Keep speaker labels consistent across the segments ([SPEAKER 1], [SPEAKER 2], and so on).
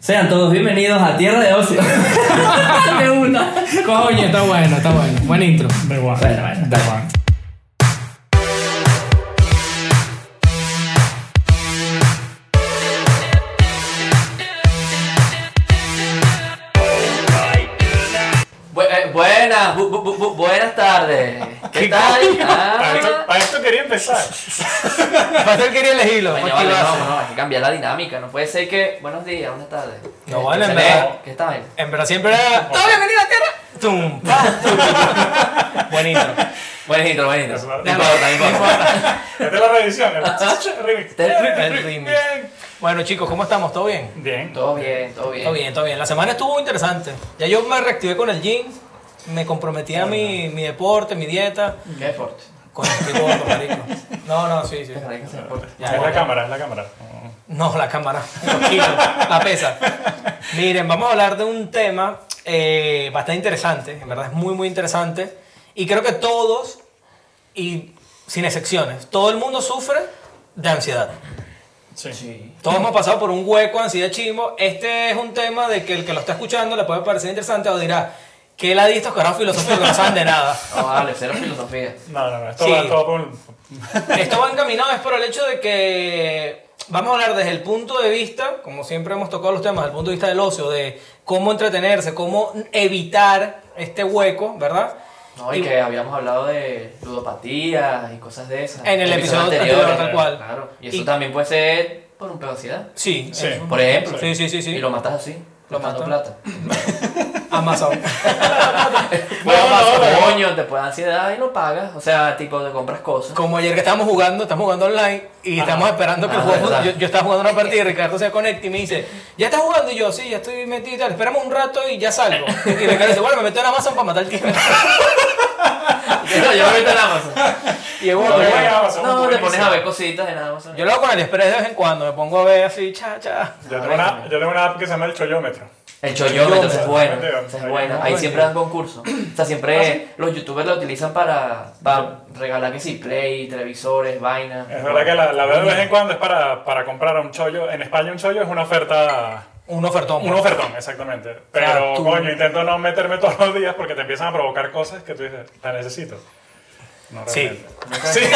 [SPEAKER 1] Sean todos bienvenidos a Tierra de Ocio. Me uno.
[SPEAKER 2] Coño, está bueno, está bueno. Buen intro.
[SPEAKER 3] Da igual.
[SPEAKER 1] Bueno, bueno,
[SPEAKER 3] Da igual.
[SPEAKER 1] Bu- eh, buenas, bu- bu- bu- buenas tardes. ¿Qué tal?
[SPEAKER 3] Para esto,
[SPEAKER 1] Ah,
[SPEAKER 3] para esto quería empezar.
[SPEAKER 2] Para ser quería elegirlo.
[SPEAKER 1] coño, vale, no, no, hay que cambiar la dinámica. No puede ser que buenos días, buenas tardes.
[SPEAKER 2] No, vale,
[SPEAKER 1] ¿Qué-
[SPEAKER 2] en
[SPEAKER 1] qué-
[SPEAKER 2] verdad.
[SPEAKER 1] ¿Qué tal?
[SPEAKER 2] En verdad siempre era.
[SPEAKER 1] ¡Todo bienvenido a Tierra!
[SPEAKER 2] ¡Tum! Buen intro.
[SPEAKER 1] Buen intro, buen intro. No
[SPEAKER 3] Eso,
[SPEAKER 1] importa, no importa.
[SPEAKER 3] Esta es la revisión. el remix.
[SPEAKER 1] Este-
[SPEAKER 2] El remix.
[SPEAKER 3] Bien.
[SPEAKER 2] Bueno, chicos, ¿cómo estamos? ¿Todo bien?
[SPEAKER 3] Bien.
[SPEAKER 1] Todo bien, todo bien.
[SPEAKER 2] Todo bien, todo bien. La semana estuvo interesante. Ya yo me reactivé con el gym. Me comprometí a mi, mi deporte, mi dieta.
[SPEAKER 1] ¿Qué deporte?
[SPEAKER 2] Con el tipo de marico. No, no, sí, sí.
[SPEAKER 1] ¿Qué marica es el deporte?
[SPEAKER 2] Ya,
[SPEAKER 3] es
[SPEAKER 2] bueno.
[SPEAKER 3] la cámara, es la cámara.
[SPEAKER 2] No, la cámara. Los kilos, la pesa. Miren, vamos a hablar de un tema eh, bastante interesante. En verdad es muy, muy interesante. Y creo que todos, y sin excepciones, todo el mundo sufre de ansiedad.
[SPEAKER 3] Sí.
[SPEAKER 2] Todos hemos pasado por un hueco de ansiedad chimbo. Este es un tema de que el que lo está escuchando le puede parecer interesante o dirá, qué ladí estos carajos filosóficos que no saben de nada.
[SPEAKER 1] No, vale, cero filosofía.
[SPEAKER 3] No, no, no. Esto
[SPEAKER 2] Sí.
[SPEAKER 3] va todo por.
[SPEAKER 2] Esto va encaminado es por el hecho de que vamos a hablar desde el punto de vista, como siempre hemos tocado los temas, desde el punto de vista del ocio, de cómo entretenerse, cómo evitar este hueco, ¿verdad?
[SPEAKER 1] No, y
[SPEAKER 2] Y-
[SPEAKER 1] que habíamos hablado de ludopatías y cosas de esas.
[SPEAKER 2] En el episodio anterior, tal cual.
[SPEAKER 1] Claro. Y eso
[SPEAKER 2] Y-
[SPEAKER 1] también puede ser por un pedo de ansiedad.
[SPEAKER 2] Sí,
[SPEAKER 3] Sí.
[SPEAKER 2] es un-
[SPEAKER 1] Por ejemplo.
[SPEAKER 2] Sí, sí, sí, sí.
[SPEAKER 1] Y lo matas así.
[SPEAKER 2] Lo
[SPEAKER 1] Lo mato
[SPEAKER 2] matan.
[SPEAKER 1] plata.
[SPEAKER 2] Amazon.
[SPEAKER 1] Bueno,
[SPEAKER 3] no,
[SPEAKER 1] pasa,
[SPEAKER 3] no.
[SPEAKER 1] coño, te puede dar ansiedad y no pagas. O sea, tipo, te compras cosas.
[SPEAKER 2] Como ayer que estábamos jugando, estamos jugando online y estamos esperando que el
[SPEAKER 1] Ah,
[SPEAKER 2] juego.
[SPEAKER 1] verdad.
[SPEAKER 2] Yo, yo estaba jugando una partida y Ricardo se conecta y me dice, ¿ya estás jugando? Y yo, sí, ya estoy metido y tal. Esperamos un rato y ya salgo. Y Ricardo dice, bueno, me meto en Amazon para matar el tiempo.
[SPEAKER 1] No, yo me meto en Amazon.
[SPEAKER 2] Y es
[SPEAKER 3] No,
[SPEAKER 2] bueno,
[SPEAKER 3] no,
[SPEAKER 2] bueno.
[SPEAKER 3] no, Amazon,
[SPEAKER 1] No, te
[SPEAKER 3] buenísimo.
[SPEAKER 1] pones a ver cositas en Amazon.
[SPEAKER 2] Yo lo hago con el express de vez en cuando, me pongo a ver así, cha, cha.
[SPEAKER 3] Yo tengo, una, yo tengo una app que se llama el chollómetro.
[SPEAKER 1] El chollómetro es
[SPEAKER 2] Chollómetro,
[SPEAKER 1] bueno,
[SPEAKER 3] chollómetro.
[SPEAKER 1] es bueno. Ahí siempre dan concursos. O sea,
[SPEAKER 3] ¿Ah,
[SPEAKER 1] siempre los youtubers lo utilizan para, para regalar que sí, play, televisores, vainas.
[SPEAKER 3] Es verdad que la, la veo de
[SPEAKER 2] Mm.
[SPEAKER 3] vez en cuando es para, para comprar un chollo. En España un chollo es una oferta.
[SPEAKER 2] Un ofertón.
[SPEAKER 3] Un ofertón, pues. exactamente. Pero,
[SPEAKER 2] Claro, tú-
[SPEAKER 3] coño, intento no meterme todos los días porque te empiezan a provocar cosas que tú dices, la necesito. No,
[SPEAKER 2] Sí.
[SPEAKER 3] realmente. Sí. La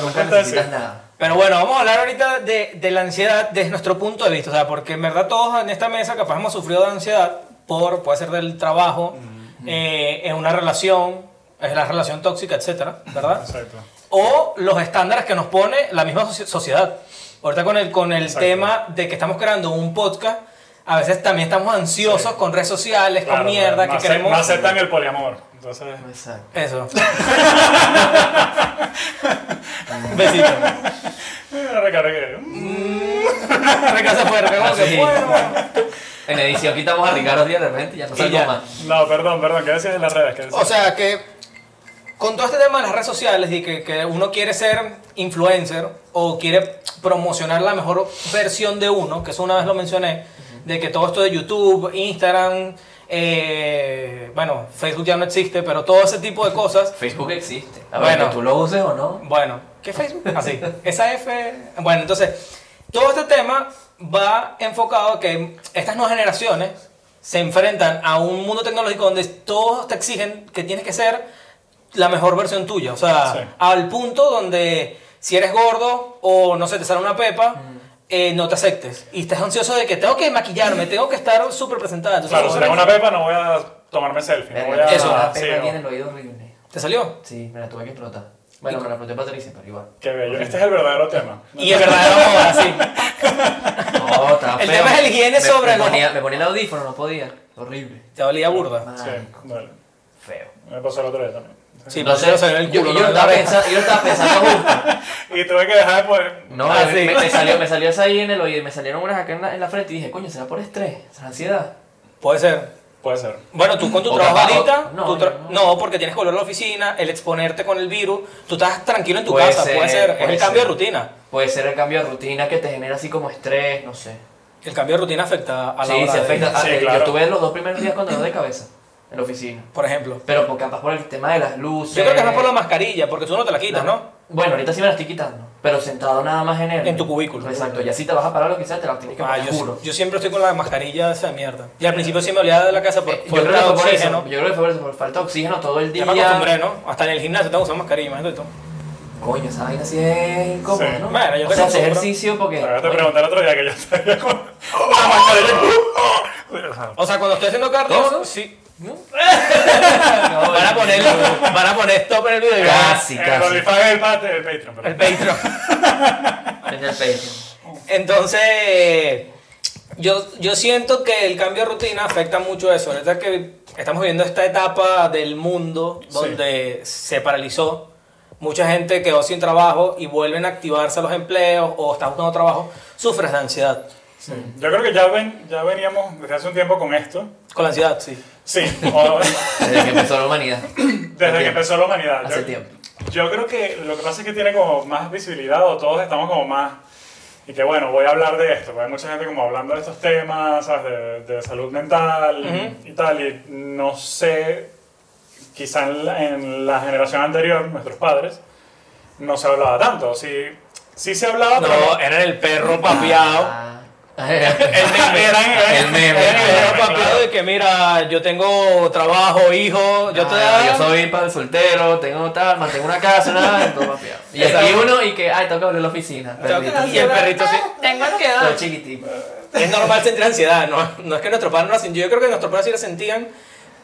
[SPEAKER 1] Nunca
[SPEAKER 3] respuesta es sí.
[SPEAKER 1] necesitas nada.
[SPEAKER 2] Pero bueno, vamos a hablar ahorita de, de la ansiedad desde nuestro punto de vista, o sea, porque en verdad todos en esta mesa capaz hemos sufrido de ansiedad por, puede ser del trabajo, eh, en una relación, en la relación tóxica, etcétera, ¿verdad?
[SPEAKER 3] Exacto.
[SPEAKER 2] o los estándares que nos pone la misma soci- sociedad. Ahorita con el, con el
[SPEAKER 3] Exacto.
[SPEAKER 2] tema de que estamos creando un podcast, a veces también estamos ansiosos con redes sociales, con mierda,
[SPEAKER 3] no
[SPEAKER 2] que
[SPEAKER 3] ace-
[SPEAKER 2] queremos...
[SPEAKER 3] No aceptan el poliamor. Entonces,
[SPEAKER 1] Exacto.
[SPEAKER 2] Eso. Besito.
[SPEAKER 3] eh, recargué. Mm,
[SPEAKER 2] Recaso fuerte, como que
[SPEAKER 1] Así.
[SPEAKER 2] bueno.
[SPEAKER 1] En edición quitamos a Ricardo Díaz de repente y ya no
[SPEAKER 2] Y
[SPEAKER 1] salgo
[SPEAKER 2] ya.
[SPEAKER 1] más.
[SPEAKER 3] No, perdón, perdón. ¿Qué decías en las redes? ¿Qué decías?
[SPEAKER 2] O sea que con todo este tema de las redes sociales y que, que uno quiere ser influencer o quiere promocionar la mejor versión de uno, que eso una vez lo mencioné, de que todo esto de YouTube, Instagram, eh, bueno, Facebook ya no existe, pero todo ese tipo de cosas.
[SPEAKER 1] Facebook existe. A ver,
[SPEAKER 2] Bueno.
[SPEAKER 1] que tú lo uses o no.
[SPEAKER 2] Bueno, ¿qué Facebook? Así, esa F. Bueno, entonces, todo este tema va enfocado a que estas nuevas generaciones se enfrentan a un mundo tecnológico donde todos te exigen que tienes que ser la mejor versión tuya. O sea,
[SPEAKER 3] Sí.
[SPEAKER 2] al punto donde si eres gordo o no sé, te sale una pepa. eh, no te aceptes y estás ansioso de que tengo que maquillarme, tengo que estar súper presentada. Entonces,
[SPEAKER 3] claro, si
[SPEAKER 2] ahora-
[SPEAKER 3] tengo una pepa no voy a tomarme selfie. No voy a, Ah,
[SPEAKER 1] Eso, la
[SPEAKER 3] sí, oh,
[SPEAKER 1] pena
[SPEAKER 3] no.
[SPEAKER 1] aquí en el oído horrible.
[SPEAKER 2] ¿Te salió?
[SPEAKER 1] Sí, me la tuve que explotar. Bueno, me la exploté Patricia, pero igual.
[SPEAKER 3] Qué bello. Este es el verdadero tema.
[SPEAKER 2] Y es verdad, no, así.
[SPEAKER 1] No, estaba
[SPEAKER 2] El
[SPEAKER 1] feo.
[SPEAKER 2] tema es el higiene
[SPEAKER 1] Me-
[SPEAKER 2] sobre
[SPEAKER 1] me
[SPEAKER 2] el ojo.
[SPEAKER 1] ponía, me ponía el audífono, no podía. Horrible.
[SPEAKER 2] Te dolía burda.
[SPEAKER 3] Sí,
[SPEAKER 1] Marico,
[SPEAKER 3] vale.
[SPEAKER 1] feo.
[SPEAKER 3] Me pasó el otro día también.
[SPEAKER 2] Sí,
[SPEAKER 1] No
[SPEAKER 2] pero
[SPEAKER 1] sé,
[SPEAKER 2] se salió el
[SPEAKER 1] yo,
[SPEAKER 2] culo,
[SPEAKER 1] yo
[SPEAKER 2] no
[SPEAKER 1] lo
[SPEAKER 2] la
[SPEAKER 1] estaba
[SPEAKER 2] oreja.
[SPEAKER 1] pensando, yo lo estaba pensando justo.
[SPEAKER 3] Y tuve que dejar pues, de poder.
[SPEAKER 1] No,
[SPEAKER 2] Ah,
[SPEAKER 1] me,
[SPEAKER 2] sí.
[SPEAKER 1] me- me salió, me salió esa ahí en el oído, me salieron unas acá en la, en la frente y dije, coño, será por estrés, será ansiedad.
[SPEAKER 2] Puede ser.
[SPEAKER 3] Puede ser.
[SPEAKER 2] Bueno, tú con tu
[SPEAKER 1] O
[SPEAKER 2] trabajo
[SPEAKER 1] capaz-
[SPEAKER 2] ahorita,
[SPEAKER 1] no,
[SPEAKER 2] tu tra-
[SPEAKER 1] yo
[SPEAKER 2] no, porque tienes que volver a la oficina, el exponerte con el virus, tú estás tranquilo en tu
[SPEAKER 1] Puede
[SPEAKER 2] casa,
[SPEAKER 1] ser,
[SPEAKER 2] puede ser, es
[SPEAKER 1] puede
[SPEAKER 2] el cambio
[SPEAKER 1] ser.
[SPEAKER 2] de rutina.
[SPEAKER 1] Puede ser el cambio de rutina que te genera así como estrés, no sé.
[SPEAKER 2] El cambio de rutina afecta a la
[SPEAKER 1] Sí,
[SPEAKER 2] hora
[SPEAKER 1] se
[SPEAKER 2] de-
[SPEAKER 1] afecta. Ah,
[SPEAKER 3] Sí,
[SPEAKER 1] eh,
[SPEAKER 3] claro.
[SPEAKER 1] Yo tuve los dos primeros días con dolor de cabeza en la oficina.
[SPEAKER 2] por ejemplo.
[SPEAKER 1] Pero por, capaz por el tema de las luces.
[SPEAKER 2] Yo creo que es más por la mascarilla, porque tú no te la quitas, ¿no?
[SPEAKER 1] Bueno, ahorita sí me la estoy quitando. pero sentado nada más en él.
[SPEAKER 2] En tu cubículo.
[SPEAKER 1] Exacto, y así te vas a parar lo que sea, te la tienes que
[SPEAKER 2] Ah,
[SPEAKER 1] poner, juro.
[SPEAKER 2] yo, yo siempre estoy con la mascarilla de esa mierda. Y al principio sí me olvidaba de la casa por
[SPEAKER 1] Eh, yo, creo que
[SPEAKER 2] falta de
[SPEAKER 1] fue por eso,
[SPEAKER 2] oxígeno.
[SPEAKER 1] yo creo que fue por eso, por falta de oxígeno todo el día.
[SPEAKER 2] Ya me acostumbré, ¿no? Hasta en el gimnasio tengo que usar mascarilla, imagínate tú.
[SPEAKER 1] Coño, esa vaina sí es incómoda,
[SPEAKER 3] Sí.
[SPEAKER 1] ¿no?
[SPEAKER 2] Bueno, yo
[SPEAKER 1] o
[SPEAKER 2] te
[SPEAKER 1] sea, hace
[SPEAKER 2] compro.
[SPEAKER 1] ejercicio porque...
[SPEAKER 3] Ahora te
[SPEAKER 1] coño,
[SPEAKER 3] pregunté el otro día que yo estaba con la mascarilla. O sea,
[SPEAKER 2] O sea, cuando estoy haciendo cardio,
[SPEAKER 1] ¿Todo?
[SPEAKER 2] sí.
[SPEAKER 1] no,
[SPEAKER 2] Van a
[SPEAKER 1] no,
[SPEAKER 2] poner, van a poner stop en el video.
[SPEAKER 1] Casi,
[SPEAKER 3] El
[SPEAKER 1] casi.
[SPEAKER 3] OnlyFans es el parte del Patreon. pero-
[SPEAKER 2] El Patreon.
[SPEAKER 1] En el pecho.
[SPEAKER 2] Entonces, yo, yo siento que el cambio de rutina afecta mucho eso. Ahorita que estamos viviendo esta etapa del mundo donde se paralizó, mucha gente quedó sin trabajo y vuelven a activarse los empleos o está buscando trabajo, sufres de ansiedad.
[SPEAKER 3] Sí. Yo creo que ya, ven, ya veníamos desde hace un tiempo con esto.
[SPEAKER 2] Con la ansiedad, sí.
[SPEAKER 3] Sí, o-
[SPEAKER 1] Desde que empezó la humanidad.
[SPEAKER 3] desde que empezó la humanidad.
[SPEAKER 1] Hace
[SPEAKER 3] Yo-
[SPEAKER 1] tiempo.
[SPEAKER 3] Yo creo que lo que pasa es que tiene como más visibilidad o todos estamos como más... Y que bueno, voy a hablar de esto, porque hay mucha gente como hablando de estos temas, ¿sabes? De, de salud mental y tal, y no sé, quizá en la, en la generación anterior, nuestros padres, no se hablaba tanto. Sí, sí se hablaba, pero...
[SPEAKER 2] No, era el perro papiado.
[SPEAKER 1] Ah.
[SPEAKER 3] El meme, eran-
[SPEAKER 1] El meme.
[SPEAKER 2] Era el perro
[SPEAKER 3] claro.
[SPEAKER 2] papiado de que mira, yo tengo trabajo, hijo, yo te
[SPEAKER 1] Ah, yo soy padre soltero, tengo tal, mantengo una casa, nada, todo mapeado. Y aquí
[SPEAKER 2] Exacto.
[SPEAKER 1] uno y que, ay, tengo que abrir la oficina. Bendito
[SPEAKER 2] Y el
[SPEAKER 1] sea.
[SPEAKER 2] perrito sí. Tengo que
[SPEAKER 1] Todo chiquitito.
[SPEAKER 2] Es normal sentir ansiedad, no, no es que nuestros padres no la sentían. Yo creo que nuestros padres sí la sentían,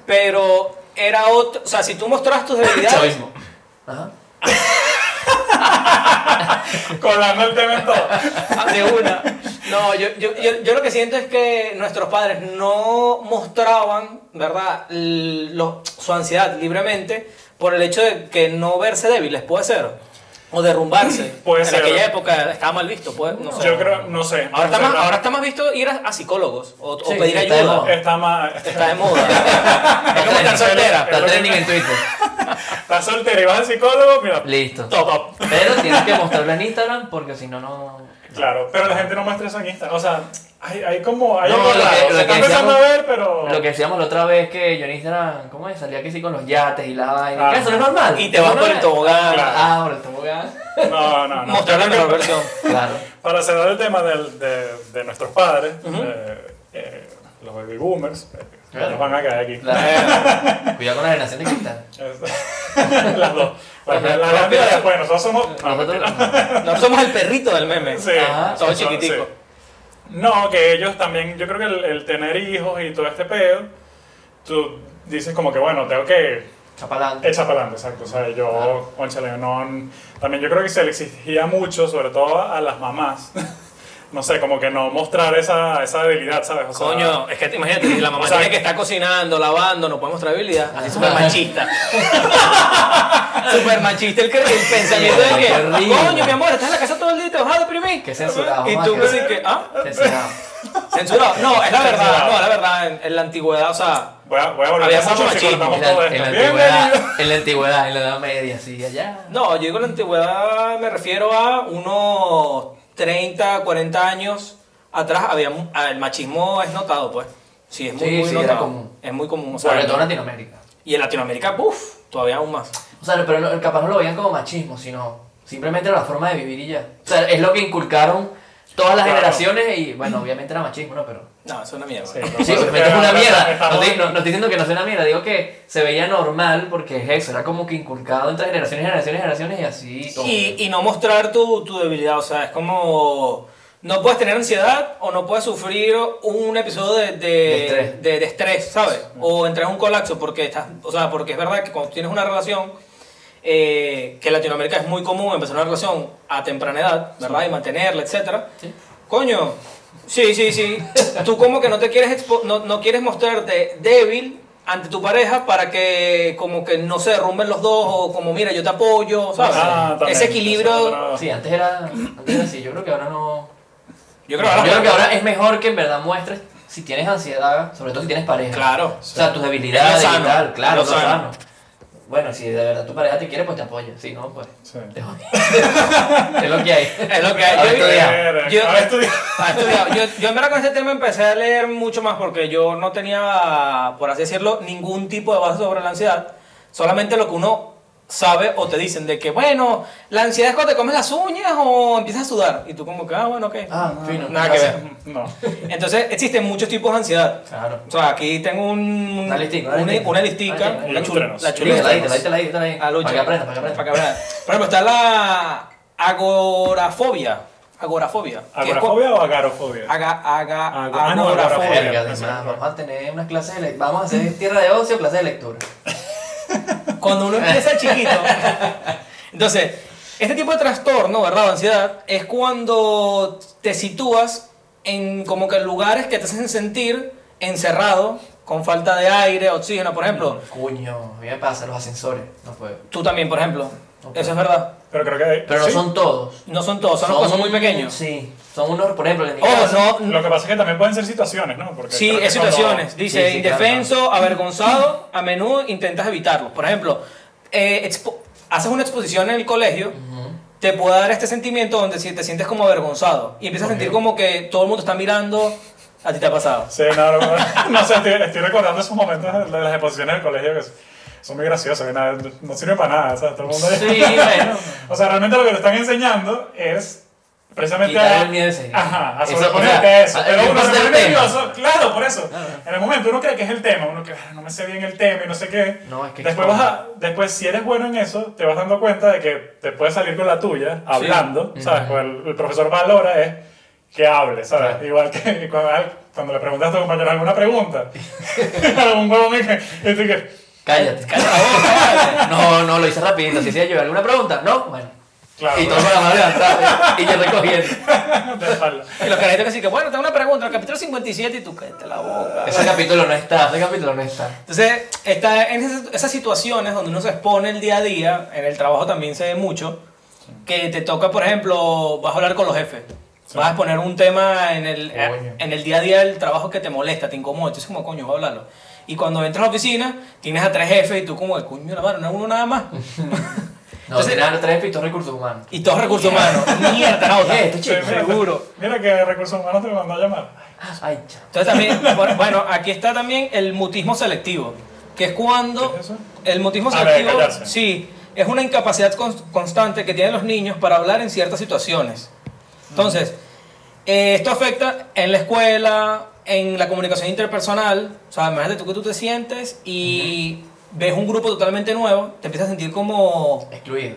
[SPEAKER 2] pero era otro. O sea, si tú mostras tus debilidades.
[SPEAKER 1] Chavismo. Ajá.
[SPEAKER 3] colando el tema en todo.
[SPEAKER 2] Ah, De una. No, yo, yo, yo, yo lo que siento es que nuestros padres no mostraban, ¿verdad?, L- lo- su ansiedad libremente por el hecho de que no verse débiles, puede ser. O derrumbarse.
[SPEAKER 3] Puede
[SPEAKER 2] en
[SPEAKER 3] ser.
[SPEAKER 2] aquella época estaba mal visto, puede, no sé.
[SPEAKER 3] Yo creo, no sé.
[SPEAKER 2] ahora, está
[SPEAKER 3] No sé,
[SPEAKER 2] más,
[SPEAKER 3] no.
[SPEAKER 2] ahora está más visto ir a, a psicólogos o, o
[SPEAKER 1] Sí,
[SPEAKER 2] pedir
[SPEAKER 1] está de
[SPEAKER 2] ayuda.
[SPEAKER 1] moda.
[SPEAKER 3] Está más...
[SPEAKER 2] Está de moda. es como estar soltera.
[SPEAKER 1] Está trending en Twitter.
[SPEAKER 3] Está soltero y vas al psicólogo, mira.
[SPEAKER 1] Listo.
[SPEAKER 2] Top up.
[SPEAKER 1] Pero tienes que mostrarlo en Instagram porque si no, no.
[SPEAKER 3] Claro, pero la gente no muestra eso en Instagram. O sea, hay, hay como. Hay
[SPEAKER 1] No,
[SPEAKER 3] algo
[SPEAKER 1] lo que-
[SPEAKER 3] raro.
[SPEAKER 1] lo
[SPEAKER 3] Se
[SPEAKER 1] que
[SPEAKER 3] está empezando
[SPEAKER 1] decíamos-
[SPEAKER 3] a ver, pero.
[SPEAKER 1] Lo que decíamos la otra vez que yo en Instagram, ¿cómo es? Salía que sí con los yates y la vaina.
[SPEAKER 3] Ah.
[SPEAKER 1] ¿Qué? Eso no es normal.
[SPEAKER 2] Y te
[SPEAKER 1] No,
[SPEAKER 2] vas por
[SPEAKER 1] no
[SPEAKER 2] el
[SPEAKER 1] es-
[SPEAKER 2] tobogán.
[SPEAKER 3] Claro.
[SPEAKER 1] Ah, por el tobogán.
[SPEAKER 3] No, no, no.
[SPEAKER 2] Mostrar la mejor versión.
[SPEAKER 1] Claro.
[SPEAKER 3] Para cerrar el tema del- de, de nuestros padres, eh, eh, los baby boomers, eh, que
[SPEAKER 1] Claro.
[SPEAKER 3] nos van a caer aquí.
[SPEAKER 1] Claro. Cuidado con la generación de cristal.
[SPEAKER 3] Es- las dos. Las
[SPEAKER 1] Ajá.
[SPEAKER 3] la grande y la después. Nosotros somos. Ah, no,
[SPEAKER 2] pues,
[SPEAKER 1] Nosotros.
[SPEAKER 2] Nosotros somos el perrito del meme. Ah,
[SPEAKER 3] Sí,
[SPEAKER 1] Ajá.
[SPEAKER 2] Todo
[SPEAKER 3] eso, sí.
[SPEAKER 2] chiquitico.
[SPEAKER 3] No, que ellos también, yo creo que el, el tener hijos y todo este pedo, tú dices como que bueno, tengo que
[SPEAKER 1] Chapalante.
[SPEAKER 3] Hecha para adelante, exacto. O sea, yo, cónchale, no- También yo creo que se le exigía mucho, sobre todo a las mamás. no sé, como que no mostrar esa, esa debilidad, ¿sabes? O sea,
[SPEAKER 2] Coño, es que te- imagínate, si la mamá
[SPEAKER 3] O sea,
[SPEAKER 2] tiene que estar cocinando, lavando, no podemos traer habilidad. Así súper machista. súper machista el, cre- el pensamiento de que,
[SPEAKER 1] Qué horrible.
[SPEAKER 2] coño, mi amor, estás en la casa todo el día y te vas a deprimir.
[SPEAKER 1] Qué censurado,
[SPEAKER 2] Y
[SPEAKER 1] mamá,
[SPEAKER 2] tú
[SPEAKER 1] qué-
[SPEAKER 2] dices que, ah,
[SPEAKER 1] Censurado.
[SPEAKER 2] censurado. No, es la verdad,
[SPEAKER 3] Censurado.
[SPEAKER 2] no, es la verdad. En, en la antigüedad, o sea,
[SPEAKER 3] Voy a, voy a volver
[SPEAKER 2] Había
[SPEAKER 3] a pasar
[SPEAKER 2] mucho
[SPEAKER 3] por si
[SPEAKER 2] machismo
[SPEAKER 3] cortamos
[SPEAKER 1] En la,
[SPEAKER 3] todo
[SPEAKER 1] en la
[SPEAKER 3] esto. Bienvenido.
[SPEAKER 1] antigüedad, en la antigüedad, en la edad media, sí, allá.
[SPEAKER 2] No, yo digo la antigüedad, me refiero a unos 30, 40 años atrás, había, mu- ah, el machismo es notado, pues. Sí, es muy,
[SPEAKER 1] Sí,
[SPEAKER 2] muy
[SPEAKER 1] sí, era
[SPEAKER 2] notado.
[SPEAKER 1] común.
[SPEAKER 2] Es muy común. o sea,
[SPEAKER 1] Sobre todo en Latinoamérica.
[SPEAKER 2] y en Latinoamérica, uff, todavía aún más.
[SPEAKER 1] O sea, pero no- capaz no lo veían como machismo, sino simplemente era la forma de vivir y ya. O sea, es lo que inculcaron todas las
[SPEAKER 3] Claro.
[SPEAKER 1] generaciones y, bueno, obviamente era machismo, ¿no? Pero...
[SPEAKER 2] No, eso es una mierda.
[SPEAKER 3] Sí,
[SPEAKER 1] Sí,
[SPEAKER 2] pues,
[SPEAKER 3] no,
[SPEAKER 1] obviamente es una
[SPEAKER 3] estamos-
[SPEAKER 1] mierda. No
[SPEAKER 3] estamos-
[SPEAKER 1] estoy, no- no estoy diciendo que no sea una mierda, digo que se veía normal porque es eso, era como que inculcado entre generaciones, generaciones, generaciones y así. todo.
[SPEAKER 2] Y, y no mostrar tu, tu debilidad, o sea, es como... No puedes tener ansiedad o no puedes sufrir un episodio de, de,
[SPEAKER 1] De estrés.
[SPEAKER 2] de- de estrés, ¿sabes? O entrar en un colapso porque estás... O sea, porque es verdad que cuando tienes una relación, eh, que en Latinoamérica es muy común empezar una relación a temprana edad, ¿verdad? Y mantenerla, etcétera.
[SPEAKER 1] Sí.
[SPEAKER 2] Coño, sí, sí, sí. Tú como que no te quieres expo- no, no quieres mostrarte débil ante tu pareja para que como que no se derrumben los dos o como mira yo te apoyo, ¿sabes?
[SPEAKER 3] Ah, también.
[SPEAKER 2] Ese equilibrio.
[SPEAKER 3] Nosotros-
[SPEAKER 1] Sí, antes era, antes era así, yo creo que ahora no... Yo
[SPEAKER 2] Yo
[SPEAKER 1] creo que
[SPEAKER 2] ahora-
[SPEAKER 1] ahora es mejor que en verdad muestres si tienes ansiedad, sobre todo si tienes pareja.
[SPEAKER 2] Claro.
[SPEAKER 1] O sea, tus debilidades
[SPEAKER 2] Es lo sano,
[SPEAKER 1] y tal, claro,
[SPEAKER 2] es
[SPEAKER 1] lo
[SPEAKER 2] lo
[SPEAKER 1] sano. Bueno, si de verdad tu pareja te quiere, pues te apoya. Si no, pues
[SPEAKER 3] Sí.
[SPEAKER 1] te jode. es lo que hay.
[SPEAKER 2] Es lo que hay.
[SPEAKER 1] Ahora
[SPEAKER 2] Yo-
[SPEAKER 1] estudia.
[SPEAKER 3] Verga,
[SPEAKER 2] Yo-
[SPEAKER 3] ahora estudia.
[SPEAKER 2] Ah, estudiado. Yo, yo en verdad con ese tema empecé a leer mucho más porque yo no tenía, por así decirlo, ningún tipo de base sobre la ansiedad. Solamente lo que uno sabe o te dicen de que, bueno, la ansiedad es cuando te comes las uñas o empiezas a sudar. Y tú como que, ah, bueno, ok.
[SPEAKER 1] Ah, fino.
[SPEAKER 2] Nada que
[SPEAKER 1] Gracias.
[SPEAKER 2] ver.
[SPEAKER 3] No.
[SPEAKER 2] Entonces existen muchos tipos de ansiedad.
[SPEAKER 1] Claro.
[SPEAKER 2] O sea, aquí tengo un,
[SPEAKER 1] Una listica, una
[SPEAKER 2] una,
[SPEAKER 1] listica.
[SPEAKER 2] una listica,
[SPEAKER 1] Una
[SPEAKER 2] la,
[SPEAKER 3] listica.
[SPEAKER 2] chul- la
[SPEAKER 1] Sí, te
[SPEAKER 2] chuleta.
[SPEAKER 1] la di, te la di, te la di, te la di.
[SPEAKER 2] A lucha.
[SPEAKER 1] Para que aprendas, para que aprendas.
[SPEAKER 2] Para que aprendas. Por ejemplo, está la agorafobia. Agorafobia. que es cu-
[SPEAKER 3] ¿Agorafobia o agarofobia?
[SPEAKER 2] Aga, aga,
[SPEAKER 3] Ago- ah, no,
[SPEAKER 2] agorafobia.
[SPEAKER 3] agorafobia.
[SPEAKER 1] Verga,
[SPEAKER 3] Eso es
[SPEAKER 1] además,
[SPEAKER 3] verdad.
[SPEAKER 1] vamos a tener unas clases de le- Vamos a hacer tierra de ocio, clase de lectura.
[SPEAKER 2] Cuando uno empieza chiquito. Entonces, este tipo de trastorno, ¿verdad? O ansiedad, es cuando te sitúas en como que lugares que te hacen sentir encerrado, con falta de aire, oxígeno, por ejemplo.
[SPEAKER 3] Mm.
[SPEAKER 1] Coño, a mí me pasa los ascensores. No puedo.
[SPEAKER 2] Tú también, por ejemplo.
[SPEAKER 1] Ok.
[SPEAKER 2] Eso es verdad.
[SPEAKER 3] Pero creo que.
[SPEAKER 1] Pero no
[SPEAKER 3] sí.
[SPEAKER 1] son todos.
[SPEAKER 2] No son todos, son, los que son muy pequeños.
[SPEAKER 1] Sí, son unos, por ejemplo, en mi
[SPEAKER 2] Oh,
[SPEAKER 1] casa-
[SPEAKER 2] no,
[SPEAKER 3] Lo que pasa es que también pueden ser situaciones, ¿no? Porque
[SPEAKER 2] Sí,
[SPEAKER 3] creo que
[SPEAKER 2] es situaciones.
[SPEAKER 3] cuando-
[SPEAKER 2] Dice,
[SPEAKER 1] Sí, sí, claro,
[SPEAKER 2] indefenso, avergonzado, a menudo intentas evitarlo. Por ejemplo, eh, expo- haces una exposición en el colegio, te puede dar este sentimiento donde si- te sientes como avergonzado y empiezas a sentir como que todo el mundo está mirando, a ti te ha pasado.
[SPEAKER 3] Sí, no, no, no, no sé, estoy, estoy recordando esos momentos de las exposiciones del colegio que son- son muy graciosos, que nada, no sirven para nada, o sea, todo el mundo...
[SPEAKER 1] Sí, bueno.
[SPEAKER 3] O sea, realmente lo que te están enseñando es precisamente
[SPEAKER 1] Quitar
[SPEAKER 3] a...
[SPEAKER 1] el miedo ese.
[SPEAKER 3] Ajá, a
[SPEAKER 1] Eso,
[SPEAKER 3] sobreponerte
[SPEAKER 1] o sea,
[SPEAKER 3] a eso.
[SPEAKER 1] a-
[SPEAKER 3] Pero
[SPEAKER 1] el
[SPEAKER 3] uno se
[SPEAKER 1] tema
[SPEAKER 3] pone
[SPEAKER 1] del tema.
[SPEAKER 3] nervioso, claro, por eso. En el momento uno cree que es el tema, uno que "Ah, no me sé bien el tema y no sé qué.
[SPEAKER 1] No, es que
[SPEAKER 3] después, vas a- después, si eres bueno en eso, te vas dando cuenta de que te puedes salir con la tuya, hablando, ¿sabes? Pues el, el profesor valora es que hable, ¿sabes?
[SPEAKER 1] Claro.
[SPEAKER 3] Igual que cuando, cuando le preguntas a tu compañero alguna pregunta, un huevón que... y tú que,
[SPEAKER 1] Cállate.
[SPEAKER 2] Cállate la boca, vale.
[SPEAKER 1] No, no, lo hice rapidito. Si hacía yo alguna pregunta, no, bueno.
[SPEAKER 3] Claro.
[SPEAKER 1] Y todo con la mano levantada. Y yo recogiendo.
[SPEAKER 3] de espalda.
[SPEAKER 2] Y los carajitos que sí que, bueno, tengo una pregunta, el capítulo 57 y tú cállate la boca.
[SPEAKER 1] Ese capítulo no está, ese capítulo no está.
[SPEAKER 2] Entonces, está en esas, esas situaciones donde uno se expone el día a día, en el trabajo también se ve mucho, que te toca, por ejemplo, vas a hablar con los jefes, vas a exponer un tema en el,
[SPEAKER 1] Coño.
[SPEAKER 2] en el día a día del trabajo que te molesta, te incomoda, entonces como, coño, voy a hablarlo. Y cuando entras a la oficina, tienes a tres jefes y tú como, coño, la mano, no es uno nada más.
[SPEAKER 1] No,
[SPEAKER 2] Entonces-
[SPEAKER 1] tiene nada, tres pitos recursos humanos.
[SPEAKER 2] Y todos recursos humanos, mierda, no,
[SPEAKER 1] Oye, este chico.
[SPEAKER 3] mira,
[SPEAKER 2] seguro.
[SPEAKER 3] Mira que recursos humanos te mandó a llamar.
[SPEAKER 1] Ay, chao.
[SPEAKER 2] Entonces también, bueno, bueno, aquí está también el mutismo selectivo, que es cuando
[SPEAKER 3] ¿Qué es eso?
[SPEAKER 2] el mutismo
[SPEAKER 3] A ver,
[SPEAKER 2] selectivo,
[SPEAKER 3] callarse.
[SPEAKER 2] sí, es una incapacidad cons- constante que tienen los niños para hablar en ciertas situaciones. Entonces, eh, esto afecta en la escuela, en la comunicación interpersonal, o sea, imagínate tú que tú te sientes y ves un grupo totalmente nuevo, te empiezas a sentir como...
[SPEAKER 1] Excluido.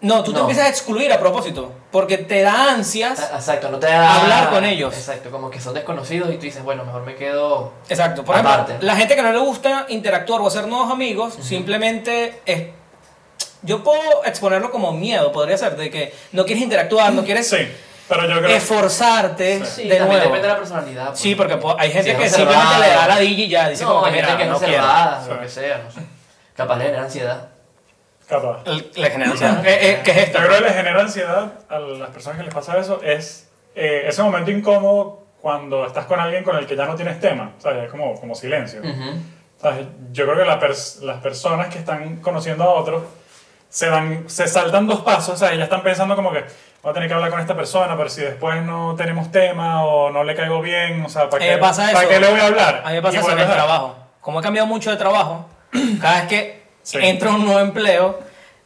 [SPEAKER 2] No, tú te
[SPEAKER 1] No.
[SPEAKER 2] empiezas a excluir a propósito, porque te da ansias.
[SPEAKER 1] Ah, Exacto, no te da.
[SPEAKER 2] Hablar con ellos.
[SPEAKER 1] Exacto, como que son desconocidos y tú dices, bueno, mejor me quedo.
[SPEAKER 2] Exacto, por ejemplo,
[SPEAKER 1] Aparte.
[SPEAKER 2] la gente que no le gusta interactuar o hacer nuevos amigos, simplemente es... Yo puedo exponerlo como miedo, podría ser, de que no quieres interactuar, no quieres
[SPEAKER 3] Sí, pero yo creo
[SPEAKER 2] esforzarte
[SPEAKER 1] Sí,
[SPEAKER 2] de
[SPEAKER 1] también
[SPEAKER 2] nuevo.
[SPEAKER 1] depende de la personalidad. pues.
[SPEAKER 2] Sí, porque po- hay gente
[SPEAKER 1] Sí,
[SPEAKER 2] que
[SPEAKER 1] es
[SPEAKER 2] simplemente le da
[SPEAKER 1] reservada.
[SPEAKER 2] la DJ y ya, dice
[SPEAKER 1] no,
[SPEAKER 2] como que
[SPEAKER 1] hay gente
[SPEAKER 2] mira,
[SPEAKER 1] que es
[SPEAKER 2] no quiero.
[SPEAKER 1] reservada,
[SPEAKER 3] Sí.
[SPEAKER 1] lo que sea, no sé. Capaz le genera ansiedad.
[SPEAKER 3] capaz.
[SPEAKER 2] El- La generación. ¿Qué, eh, qué es esto?
[SPEAKER 3] Yo creo que le genera ansiedad a las personas que les pasa eso es eh, ese momento incómodo cuando estás con alguien con el que ya no tienes tema, ¿sabes? Es como, como silencio. ¿Sabes? Yo creo que la pers- las personas que están conociendo a otros se, dan, se saltan dos pasos, ¿sabes? Ya están pensando como que voy a tener que hablar con esta persona, pero si después no tenemos tema o no le caigo bien, o sea, ¿para
[SPEAKER 2] A mí
[SPEAKER 3] qué,
[SPEAKER 2] me pasa
[SPEAKER 3] ¿para
[SPEAKER 2] eso.
[SPEAKER 3] qué le voy a hablar?
[SPEAKER 2] A mí me
[SPEAKER 3] Y
[SPEAKER 2] pasa eso en el
[SPEAKER 3] vuelves a-
[SPEAKER 2] trabajo. Como he cambiado mucho de trabajo, cada vez que
[SPEAKER 3] Sí.
[SPEAKER 2] entro a un nuevo empleo,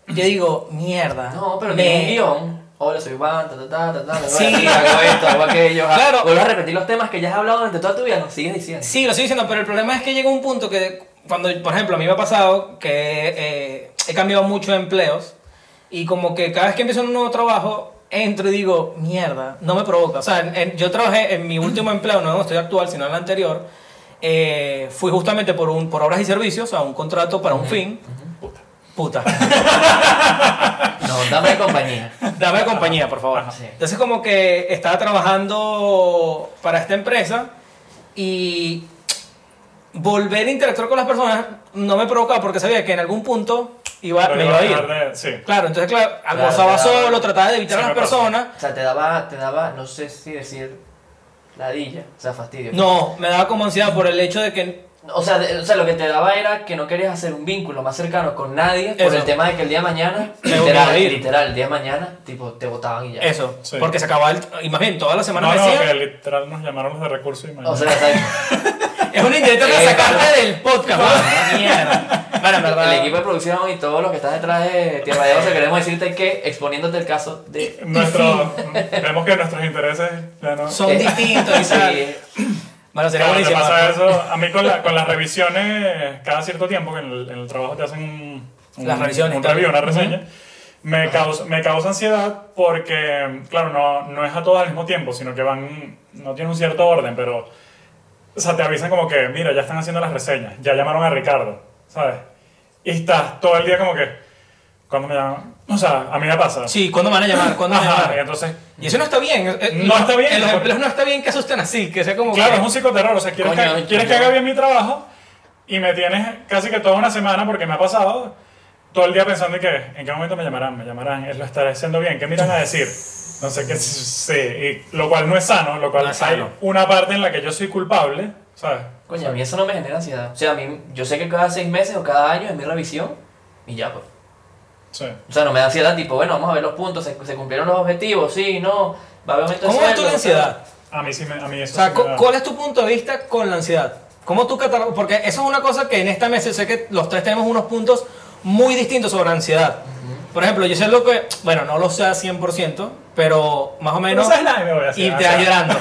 [SPEAKER 2] yo digo, mierda.
[SPEAKER 1] Ah, No, pero
[SPEAKER 2] me-
[SPEAKER 1] tiene un guión. Hola, soy Juan, ta ta ta ta ta. me voy
[SPEAKER 2] Sí.
[SPEAKER 1] aquí, hago esto, hago aquello.
[SPEAKER 2] Claro.
[SPEAKER 1] Vuelvo a repetir los temas que ya has hablado durante toda tu vida, nos sigues diciendo.
[SPEAKER 2] Sí, lo estoy diciendo, pero el problema es que llega un punto que cuando, por ejemplo, a mí me ha pasado que eh, he cambiado mucho de empleos y como que cada vez que empiezo un nuevo trabajo, entro y digo, mierda, no me provoca. O sea, en- en- yo trabajé en mi último empleo, no en el estudio actual, sino en el anterior, eh, fui justamente por, un, por obras y servicios, a un contrato para un fin. Puta.
[SPEAKER 1] No, dame compañía.
[SPEAKER 2] Dame compañía, por favor.
[SPEAKER 1] Ajá, sí.
[SPEAKER 2] Entonces como que estaba trabajando para esta empresa y volver a interactuar con las personas no me provocaba porque sabía que en algún punto iba,
[SPEAKER 3] Pero
[SPEAKER 2] me iba a ir.
[SPEAKER 3] dejar de- sí.
[SPEAKER 2] Claro, entonces claro,
[SPEAKER 1] Claro,
[SPEAKER 2] almorzaba
[SPEAKER 1] claro.
[SPEAKER 2] solo, trataba de evitar
[SPEAKER 3] Sí,
[SPEAKER 2] a las
[SPEAKER 3] me pasa.
[SPEAKER 2] personas.
[SPEAKER 1] O sea, te daba, te daba, no sé si decir ladilla, o sea, fastidio.
[SPEAKER 2] No, me daba como ansiedad por el hecho de que
[SPEAKER 1] O sea, de- o sea, lo que te daba era que no querías hacer un vínculo más cercano con nadie por
[SPEAKER 2] Eso.
[SPEAKER 1] el tema de que el día de mañana,
[SPEAKER 2] Me voy a
[SPEAKER 1] literal,
[SPEAKER 2] ir.
[SPEAKER 1] literal, el día de mañana, tipo, te votaban y ya.
[SPEAKER 2] eso,
[SPEAKER 3] Sí.
[SPEAKER 2] porque se acababa el... Y más bien, toda la semana
[SPEAKER 3] No,
[SPEAKER 2] me
[SPEAKER 3] no,
[SPEAKER 2] decía,
[SPEAKER 3] que literal nos llamaron los de recursos y mañana.
[SPEAKER 1] O sea, ¿sabes?
[SPEAKER 2] es un intento de
[SPEAKER 1] Eh,
[SPEAKER 2] sacarte
[SPEAKER 1] claro.
[SPEAKER 2] del podcast. ¿no? Mierda. Bueno, en verdad.
[SPEAKER 1] El equipo de producción y todos los que están detrás de Tierra de Oso, queremos decirte que exponiéndote el caso de.
[SPEAKER 3] Nuestro, vemos que nuestros intereses ya no.
[SPEAKER 2] Son distintos y tal. Bueno, sería
[SPEAKER 3] Claro, te
[SPEAKER 2] buenísimo.
[SPEAKER 3] pasa eso. A mí con, la- con las revisiones, cada cierto tiempo que en el, en el trabajo te hacen un, un-
[SPEAKER 2] Las revisiones,
[SPEAKER 3] un
[SPEAKER 2] claro.
[SPEAKER 3] review, una reseña, me, causa, me causa ansiedad porque, claro, no, no es a todos al mismo tiempo, sino que van, no tiene un cierto orden, pero, o sea, te avisan como que, mira, ya están haciendo las reseñas, ya llamaron a Ricardo, ¿sabes? Y estás todo el día como que, ¿cuándo me llaman? O sea, a mí me pasa.
[SPEAKER 2] Sí, ¿cuándo me van a llamar? ¿Cuándo me van a
[SPEAKER 3] Ajá, y
[SPEAKER 2] llamar?
[SPEAKER 3] entonces,
[SPEAKER 2] Y eso no está bien. eh, eh,
[SPEAKER 3] No está bien,
[SPEAKER 2] En los
[SPEAKER 3] porque-
[SPEAKER 2] empleos no está bien que asusten así, que sea como.
[SPEAKER 3] Claro,
[SPEAKER 2] que-
[SPEAKER 3] es un psicoterror. O sea, quieres,
[SPEAKER 1] Coño,
[SPEAKER 3] que,
[SPEAKER 1] yo-
[SPEAKER 3] quieres que haga bien mi trabajo y me tienes casi que toda una semana, porque me ha pasado, todo el día pensando en que en qué momento me llamarán, me llamarán, él lo estará haciendo bien, qué me irán a decir. No sé qué. Sí, y lo cual no es sano, lo cual
[SPEAKER 2] No
[SPEAKER 3] hay
[SPEAKER 2] es sano.
[SPEAKER 3] una parte en la que yo soy culpable, ¿sabes?
[SPEAKER 1] Coño, a mí eso no me genera ansiedad. O sea, a mí, yo sé que cada seis meses o cada año es mi revisión y ya, pues.
[SPEAKER 3] Sí.
[SPEAKER 1] O sea, no me da ansiedad, tipo, bueno, vamos a ver los puntos, se, se cumplieron los objetivos, sí, no, va a haber aumento de
[SPEAKER 2] ¿Cómo ves tú
[SPEAKER 1] sueldo,
[SPEAKER 2] la ansiedad?
[SPEAKER 3] A mí sí me, a mí eso
[SPEAKER 2] O sea,
[SPEAKER 3] sí
[SPEAKER 2] cu-
[SPEAKER 3] me da.
[SPEAKER 2] ¿cuál es tu punto de vista con la ansiedad? ¿Cómo tú catalogas? Porque eso es una cosa que en esta mesa yo sé que los tres tenemos unos puntos muy distintos sobre ansiedad. Por ejemplo, yo sé lo que, bueno, no lo sé al 100%, pero más o
[SPEAKER 3] No
[SPEAKER 2] menos...
[SPEAKER 3] sabes nada y me voy a hacer.
[SPEAKER 2] y te vas llorando.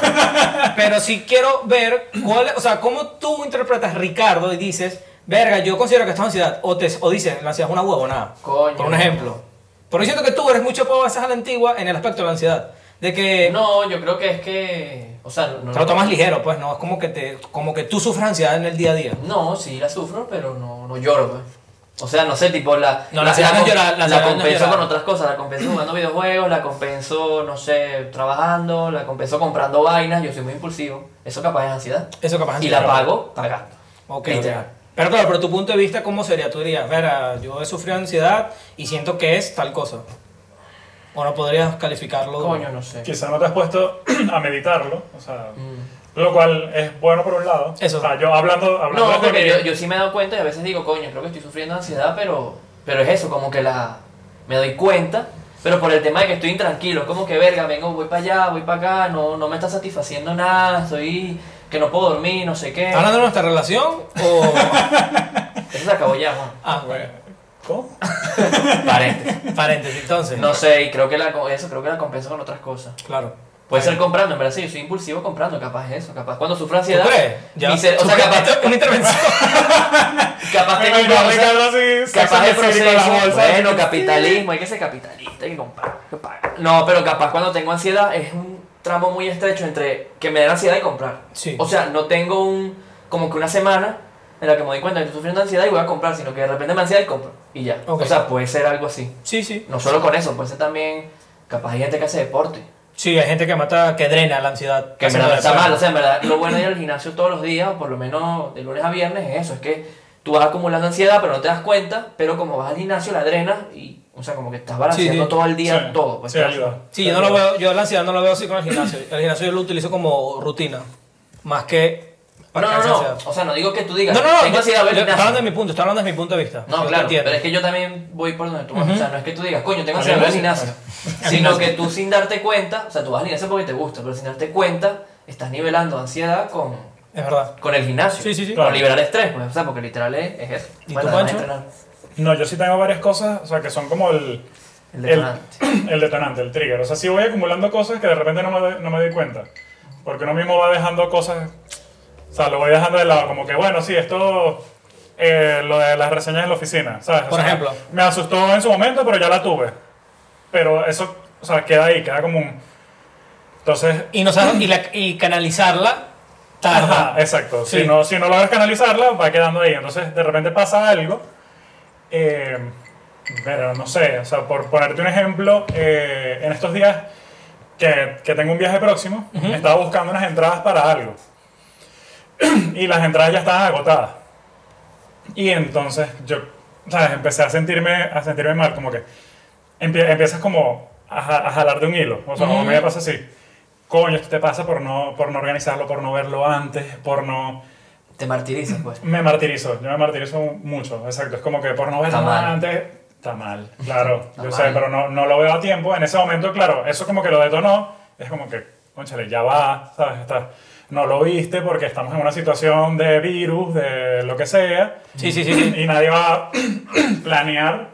[SPEAKER 2] Pero sí quiero ver cuál, o sea, cómo tú interpretas Ricardo y dices, verga, yo considero que esto es ansiedad. O, te, o dices, la ansiedad es una huevonada.
[SPEAKER 1] Coño.
[SPEAKER 2] Por un ejemplo. Porque siento que tú eres mucho pavo a veces a la antigua en el aspecto de la ansiedad. De que
[SPEAKER 1] No, yo creo que es que. O sea, no.
[SPEAKER 2] te lo tomas ligero, pues, ¿no? Es como que, te, como que tú sufres ansiedad en el día a día.
[SPEAKER 1] No, sí la sufro, pero no, no lloro, pues. O sea, no sé, tipo, la.
[SPEAKER 2] No, la ansiedad no es llorar, la
[SPEAKER 1] la
[SPEAKER 2] ansiedad no es
[SPEAKER 1] compenso
[SPEAKER 2] llorar.
[SPEAKER 1] con otras cosas, la compenso jugando videojuegos, la compenso, no sé, trabajando, la compenso comprando vainas, yo soy muy impulsivo. Eso capaz es ansiedad.
[SPEAKER 2] Eso capaz es
[SPEAKER 1] Y la
[SPEAKER 2] ansiedad.
[SPEAKER 1] pago pagando.
[SPEAKER 2] Ok,
[SPEAKER 1] Literal.
[SPEAKER 2] ok. Pero claro, pero tu punto de vista, ¿cómo sería? Tú dirías, verga, yo he sufrido ansiedad y siento que es tal cosa. O no podrías calificarlo.
[SPEAKER 1] Coño, no sé.
[SPEAKER 3] Quizá no te has puesto a meditarlo, o sea, lo cual es bueno por un lado.
[SPEAKER 2] Mm. Eso.
[SPEAKER 3] O sea, yo hablando, hablando
[SPEAKER 1] No,
[SPEAKER 3] de
[SPEAKER 1] porque
[SPEAKER 3] mí-
[SPEAKER 1] yo, yo sí me he dado cuenta y a veces digo, coño, creo que estoy sufriendo ansiedad, pero, pero es eso, como que la me doy cuenta, pero por el tema de que estoy intranquilo, es como que verga, vengo, voy para allá, voy para acá, no, no me está satisfaciendo nada, estoy que no puedo dormir, no sé qué.
[SPEAKER 2] ¿Estás hablando de nuestra relación o...?
[SPEAKER 1] Eso se acabó ya, Juan.
[SPEAKER 2] Ah,
[SPEAKER 3] Bueno, ¿Cómo?
[SPEAKER 1] Paréntesis.
[SPEAKER 2] Paréntesis, entonces.
[SPEAKER 1] No sé, y creo que la co- eso creo que la compenso con otras cosas.
[SPEAKER 2] Claro.
[SPEAKER 1] Puede ser comprando, en verdad sí, yo soy impulsivo comprando, capaz es eso, capaz. Cuando sufro
[SPEAKER 2] ¿Tú
[SPEAKER 1] ansiedad,
[SPEAKER 2] crees? Ya.
[SPEAKER 1] mi cere- o
[SPEAKER 2] ¿Tú
[SPEAKER 1] sea,
[SPEAKER 2] crees
[SPEAKER 1] capaz,
[SPEAKER 2] que esto es una intervención.
[SPEAKER 1] capaz
[SPEAKER 3] Me
[SPEAKER 1] tengo
[SPEAKER 3] imagino a
[SPEAKER 1] cosas-
[SPEAKER 3] Ricardo así, sexo
[SPEAKER 1] Capaz el
[SPEAKER 3] vacío con la
[SPEAKER 1] proceso,
[SPEAKER 3] bolsa.
[SPEAKER 1] bueno, capitalismo, hay que ser capitalista, hay que comprar, que pagar. No, pero capaz cuando tengo ansiedad es un tramo muy estrecho entre que me dé ansiedad y comprar.
[SPEAKER 2] Sí.
[SPEAKER 1] O sea, no tengo un, como que una semana en la que me doy cuenta que estoy sufriendo ansiedad y voy a comprar, sino que de repente me da ansiedad y compro. Y ya.
[SPEAKER 2] Ok.
[SPEAKER 1] O sea, puede ser algo así.
[SPEAKER 2] Sí, sí.
[SPEAKER 1] No solo con eso, puede ser también, capaz hay gente que hace deporte.
[SPEAKER 2] Sí, hay gente que mata, que drena la ansiedad.
[SPEAKER 1] Que en
[SPEAKER 2] se
[SPEAKER 1] verdad no está mal,
[SPEAKER 2] mal.
[SPEAKER 1] o sea, en verdad lo bueno de ir al gimnasio todos los días, o por lo menos de lunes a viernes, es eso, es que tú vas acumulando ansiedad, pero no te das cuenta, pero como vas al gimnasio la drenas y, o sea, como que estás balanceando
[SPEAKER 2] Sí, sí.
[SPEAKER 1] todo el día,
[SPEAKER 3] Sí,
[SPEAKER 1] todo. Pues,
[SPEAKER 3] sí, ayuda.
[SPEAKER 2] Sí, yo no lo veo, yo la ansiedad no lo veo así con el gimnasio. El gimnasio yo lo utilizo como rutina, más que
[SPEAKER 1] No,
[SPEAKER 2] para
[SPEAKER 1] no,
[SPEAKER 2] que
[SPEAKER 1] no,
[SPEAKER 2] sea ansiedad.
[SPEAKER 1] o sea, no digo que tú digas,
[SPEAKER 2] No, no, no,
[SPEAKER 1] tengo
[SPEAKER 2] yo-
[SPEAKER 1] ansiedad, voy al
[SPEAKER 2] yo- estoy hablando de
[SPEAKER 1] gimnasio.
[SPEAKER 2] mi punto, estoy hablando de mi punto de vista. Yo
[SPEAKER 1] No,
[SPEAKER 2] te
[SPEAKER 1] claro,
[SPEAKER 2] entiendo.
[SPEAKER 1] pero es que yo también voy por donde tú vas, o sea, no es que tú digas, coño, tengo
[SPEAKER 3] Al
[SPEAKER 1] ansiedad, voy al
[SPEAKER 3] gimnasio.
[SPEAKER 1] gimnasio, sino que tú sin darte cuenta, o sea, tú vas al gimnasio porque te gusta, pero sin darte cuenta, estás nivelando ansiedad con...
[SPEAKER 2] Es verdad.
[SPEAKER 1] Con el gimnasio.
[SPEAKER 2] Sí, sí, sí.
[SPEAKER 1] Con
[SPEAKER 3] Claro.
[SPEAKER 1] liberar estrés, pues, o sea, porque literal es, es eso.
[SPEAKER 2] ¿Y
[SPEAKER 1] Bueno,
[SPEAKER 2] tú,
[SPEAKER 1] además de
[SPEAKER 2] Pancho?
[SPEAKER 1] entrenar.
[SPEAKER 3] No, yo sí tengo varias cosas, o sea, que son como el,
[SPEAKER 1] El detonante.
[SPEAKER 3] el detonante, el trigger. O sea, sí voy acumulando cosas que de repente no me, doy- no me doy cuenta. Porque uno mismo va dejando cosas, o sea, lo voy dejando de lado. Como que, bueno, sí, esto, eh, lo de las reseñas en la oficina, ¿sabes? O
[SPEAKER 2] Por
[SPEAKER 3] sea,
[SPEAKER 2] ejemplo.
[SPEAKER 3] Me asustó en su momento, pero ya la tuve. Pero eso, o sea, queda ahí, queda como un... Entonces,
[SPEAKER 2] Y, no sabes- y, la- y canalizarla tarda.
[SPEAKER 3] Ajá, exacto.
[SPEAKER 2] Sí.
[SPEAKER 3] Si, no, si no logras canalizarla, va quedando ahí. Entonces, de repente pasa algo. eh, pero no sé, o sea, por ponerte un ejemplo, eh, en estos días que, que tengo un viaje próximo, estaba buscando unas entradas para algo. y las entradas ya estaban agotadas. Y entonces yo, ¿sabes? Empecé a sentirme, a sentirme mal, como que empie- empiezas como a, ja- a jalar de un hilo. O sea, a mí me pasa así. Coño, esto te pasa por no, por no organizarlo, por no verlo antes, por no...
[SPEAKER 1] Te martirizas, pues.
[SPEAKER 3] Me martirizo, yo me martirizo mucho, exacto. Es como que por no verlo
[SPEAKER 1] Está mal.
[SPEAKER 3] antes... Está mal, claro.
[SPEAKER 1] Está
[SPEAKER 3] yo sé,
[SPEAKER 1] mal.
[SPEAKER 3] pero no, no lo veo a tiempo. En ese momento, claro, eso como que lo detonó. Es como que, conchale, ya va, ¿sabes? Está, no lo viste porque estamos en una situación de virus, de lo que sea.
[SPEAKER 2] Sí, sí, sí, sí.
[SPEAKER 3] Y nadie va a planear